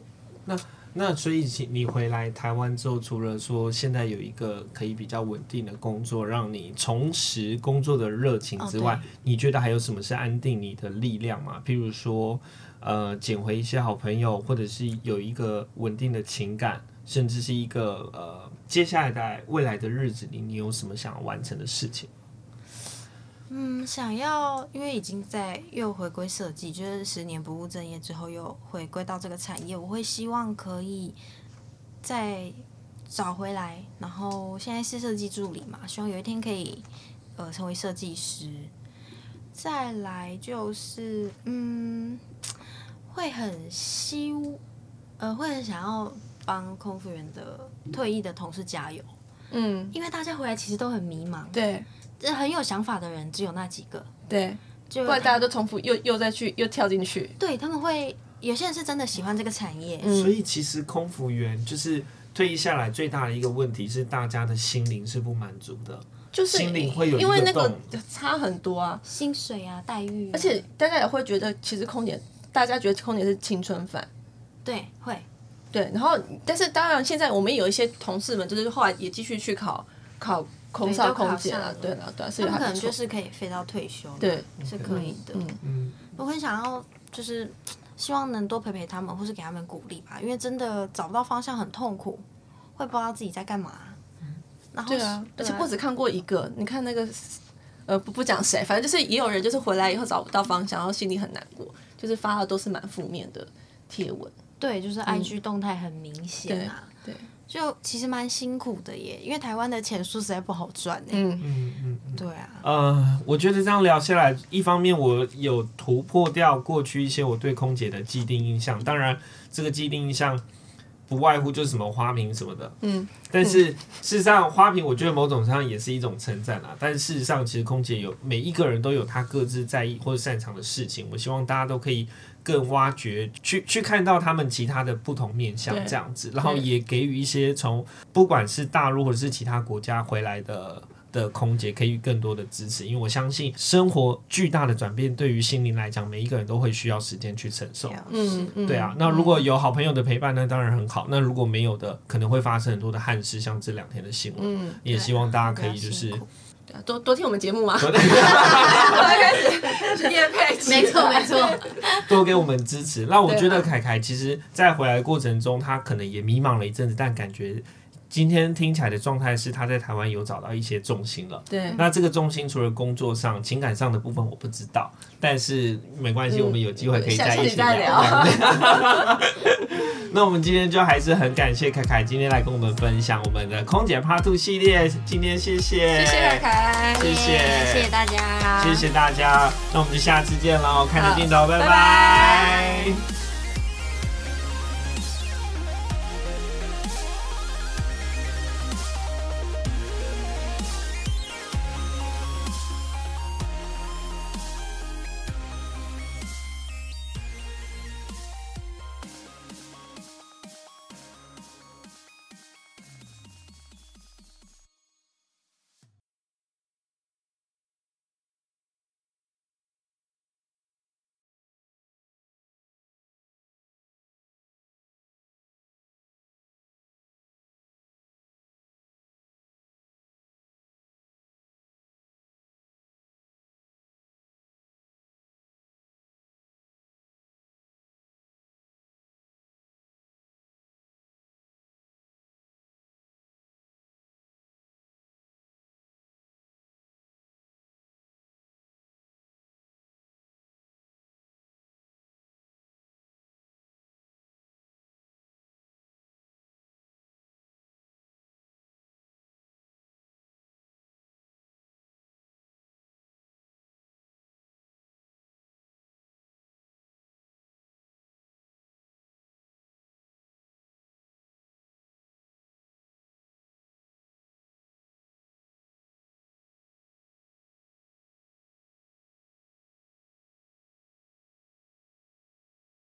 Speaker 1: 那所以其你回来台湾之后，除了说现在有一个可以比较稳定的工作，让你重拾工作的热情之外，
Speaker 2: 哦
Speaker 1: 你觉得还有什么是安定你的力量吗？譬如说，呃，捡回一些好朋友，或者是有一个稳定的情感，甚至是一个呃，接下来在未来的日子里，你有什么想要完成的事情？
Speaker 2: 嗯，想要，因为已经在又回归设计，就是十年不务正业之后又回归到这个产业，我会希望可以再找回来。然后现在是设计助理嘛，希望有一天可以呃成为设计师。再来就是嗯，会很希呃会很想要帮空服员的退役的同事加油，
Speaker 3: 嗯，
Speaker 2: 因为大家回来其实都很迷茫，
Speaker 3: 对
Speaker 2: 这很有想法的人只有那几个。
Speaker 3: 对，
Speaker 2: 就
Speaker 3: 不然大家都重复又又再去又跳进去，
Speaker 2: 对他们会有些人是真的喜欢这个产业，
Speaker 3: 嗯
Speaker 1: 所以其实空服员就是退役下来最大的一个问题是，大家的心灵是不满足的。
Speaker 3: 就是
Speaker 1: 心里会有一
Speaker 3: 因为
Speaker 1: 个
Speaker 3: 那个
Speaker 1: 洞
Speaker 3: 差很多啊，
Speaker 2: 薪水啊、待遇啊、
Speaker 3: 而且大家也会觉得其实空姐，大家觉得空姐是青春饭。
Speaker 2: 对会
Speaker 3: 对，然后但是当然，现在我们也有一些同事们，就是后来也继续去考考空
Speaker 2: 对
Speaker 3: 少、
Speaker 2: 都考
Speaker 3: 空姐
Speaker 2: 上
Speaker 3: 啊
Speaker 2: 了，
Speaker 3: 对了，对啊，是
Speaker 2: 他
Speaker 3: 也
Speaker 2: 们
Speaker 3: 还
Speaker 2: 可
Speaker 3: 不
Speaker 2: 能
Speaker 3: 错。
Speaker 2: 就是可以飞到退休，
Speaker 3: 对，
Speaker 2: 是可以的。
Speaker 3: 嗯
Speaker 1: 嗯，
Speaker 2: 我很想要就是希望能多陪陪他们，或是给他们鼓励吧，因为真的找不到方向很痛苦，会不知道自己在干嘛。然后
Speaker 3: 对啊，而且
Speaker 2: 啊
Speaker 3: 我只看过一个，你看那个，呃，不不讲谁，反正就是也有人就是回来以后找不到方向，然后心里很难过，就是发的都是蛮负面的贴文。
Speaker 2: 对就是 IG 动态很明显啊，
Speaker 3: 嗯对，
Speaker 2: 就其实蛮辛苦的耶，因为台湾的钱数实在不好赚哎。
Speaker 3: 嗯，
Speaker 1: 嗯嗯。
Speaker 2: 对啊，
Speaker 1: 呃，我觉得这样聊下来，一方面我有突破掉过去一些我对空姐的既定印象，当然这个既定印象不外乎就是什么花瓶什么的，
Speaker 3: 嗯，
Speaker 1: 但是事实上花瓶我觉得某种上也是一种称赞啦，但事实上其实空姐有每一个人都有她各自在意或者擅长的事情，我希望大家都可以更挖掘去去看到他们其他的不同面向
Speaker 3: 对
Speaker 1: 这样子，然后
Speaker 3: 对
Speaker 1: 也给予一些从不管是大陆或者是其他国家回来的的空姐，可以更多的支持，因为我相信生活巨大的转变对于心灵来讲，每一个人都会需要时间去承受。
Speaker 3: 嗯嗯，
Speaker 1: 对啊，那如果有好朋友的陪伴，那当然很好。那如果没有的，可能会发生很多的憾事，像这两天的新闻。
Speaker 3: 嗯，
Speaker 1: 也希望大家可以
Speaker 2: 比较
Speaker 1: 就是
Speaker 2: 辛苦
Speaker 3: 对啊多多听我们节目嘛，
Speaker 1: 多
Speaker 3: 开始夜配起来，
Speaker 6: 没错没错，
Speaker 1: 多给我们支持。那我觉得凯凯其实在回来的过程中，他可能也迷茫了一阵子，但感觉今天听起来的状态是他在台湾有找到一些重心了。
Speaker 3: 对，
Speaker 1: 那这个重心除了工作上、情感上的部分我不知道，但是没关系，
Speaker 3: 嗯
Speaker 1: 我们有机会可以
Speaker 3: 下
Speaker 1: 再
Speaker 3: 次
Speaker 1: 一起
Speaker 3: 再
Speaker 1: 聊
Speaker 3: 聊。
Speaker 1: 那我们今天就还是很感谢凯凯今天来跟我们分享我们的空姐 Part Two 系列，今天谢谢，
Speaker 3: 谢谢凯，凯，
Speaker 1: 谢谢，
Speaker 2: 谢谢大家，
Speaker 1: 谢谢大家，那我们就下次见喽，看着
Speaker 3: 好
Speaker 1: 镜头，拜
Speaker 3: 拜
Speaker 1: 拜。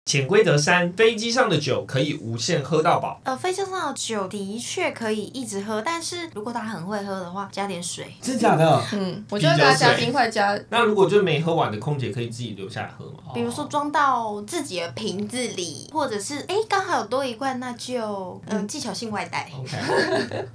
Speaker 1: 潜规则三：飞机上的酒可以无限喝到饱。
Speaker 2: 呃，飞机上的酒的确可以一直喝，但是如果他很会喝的话，加点水。
Speaker 1: 真假 的？
Speaker 3: 嗯，我觉得大家冰块加
Speaker 1: 那如果就没喝完的空姐可以自己留下来喝吗？哦
Speaker 2: 比如说装到自己的瓶子呃里，或者是哎刚好有多一罐，那就嗯技巧性外带。
Speaker 1: ，OK。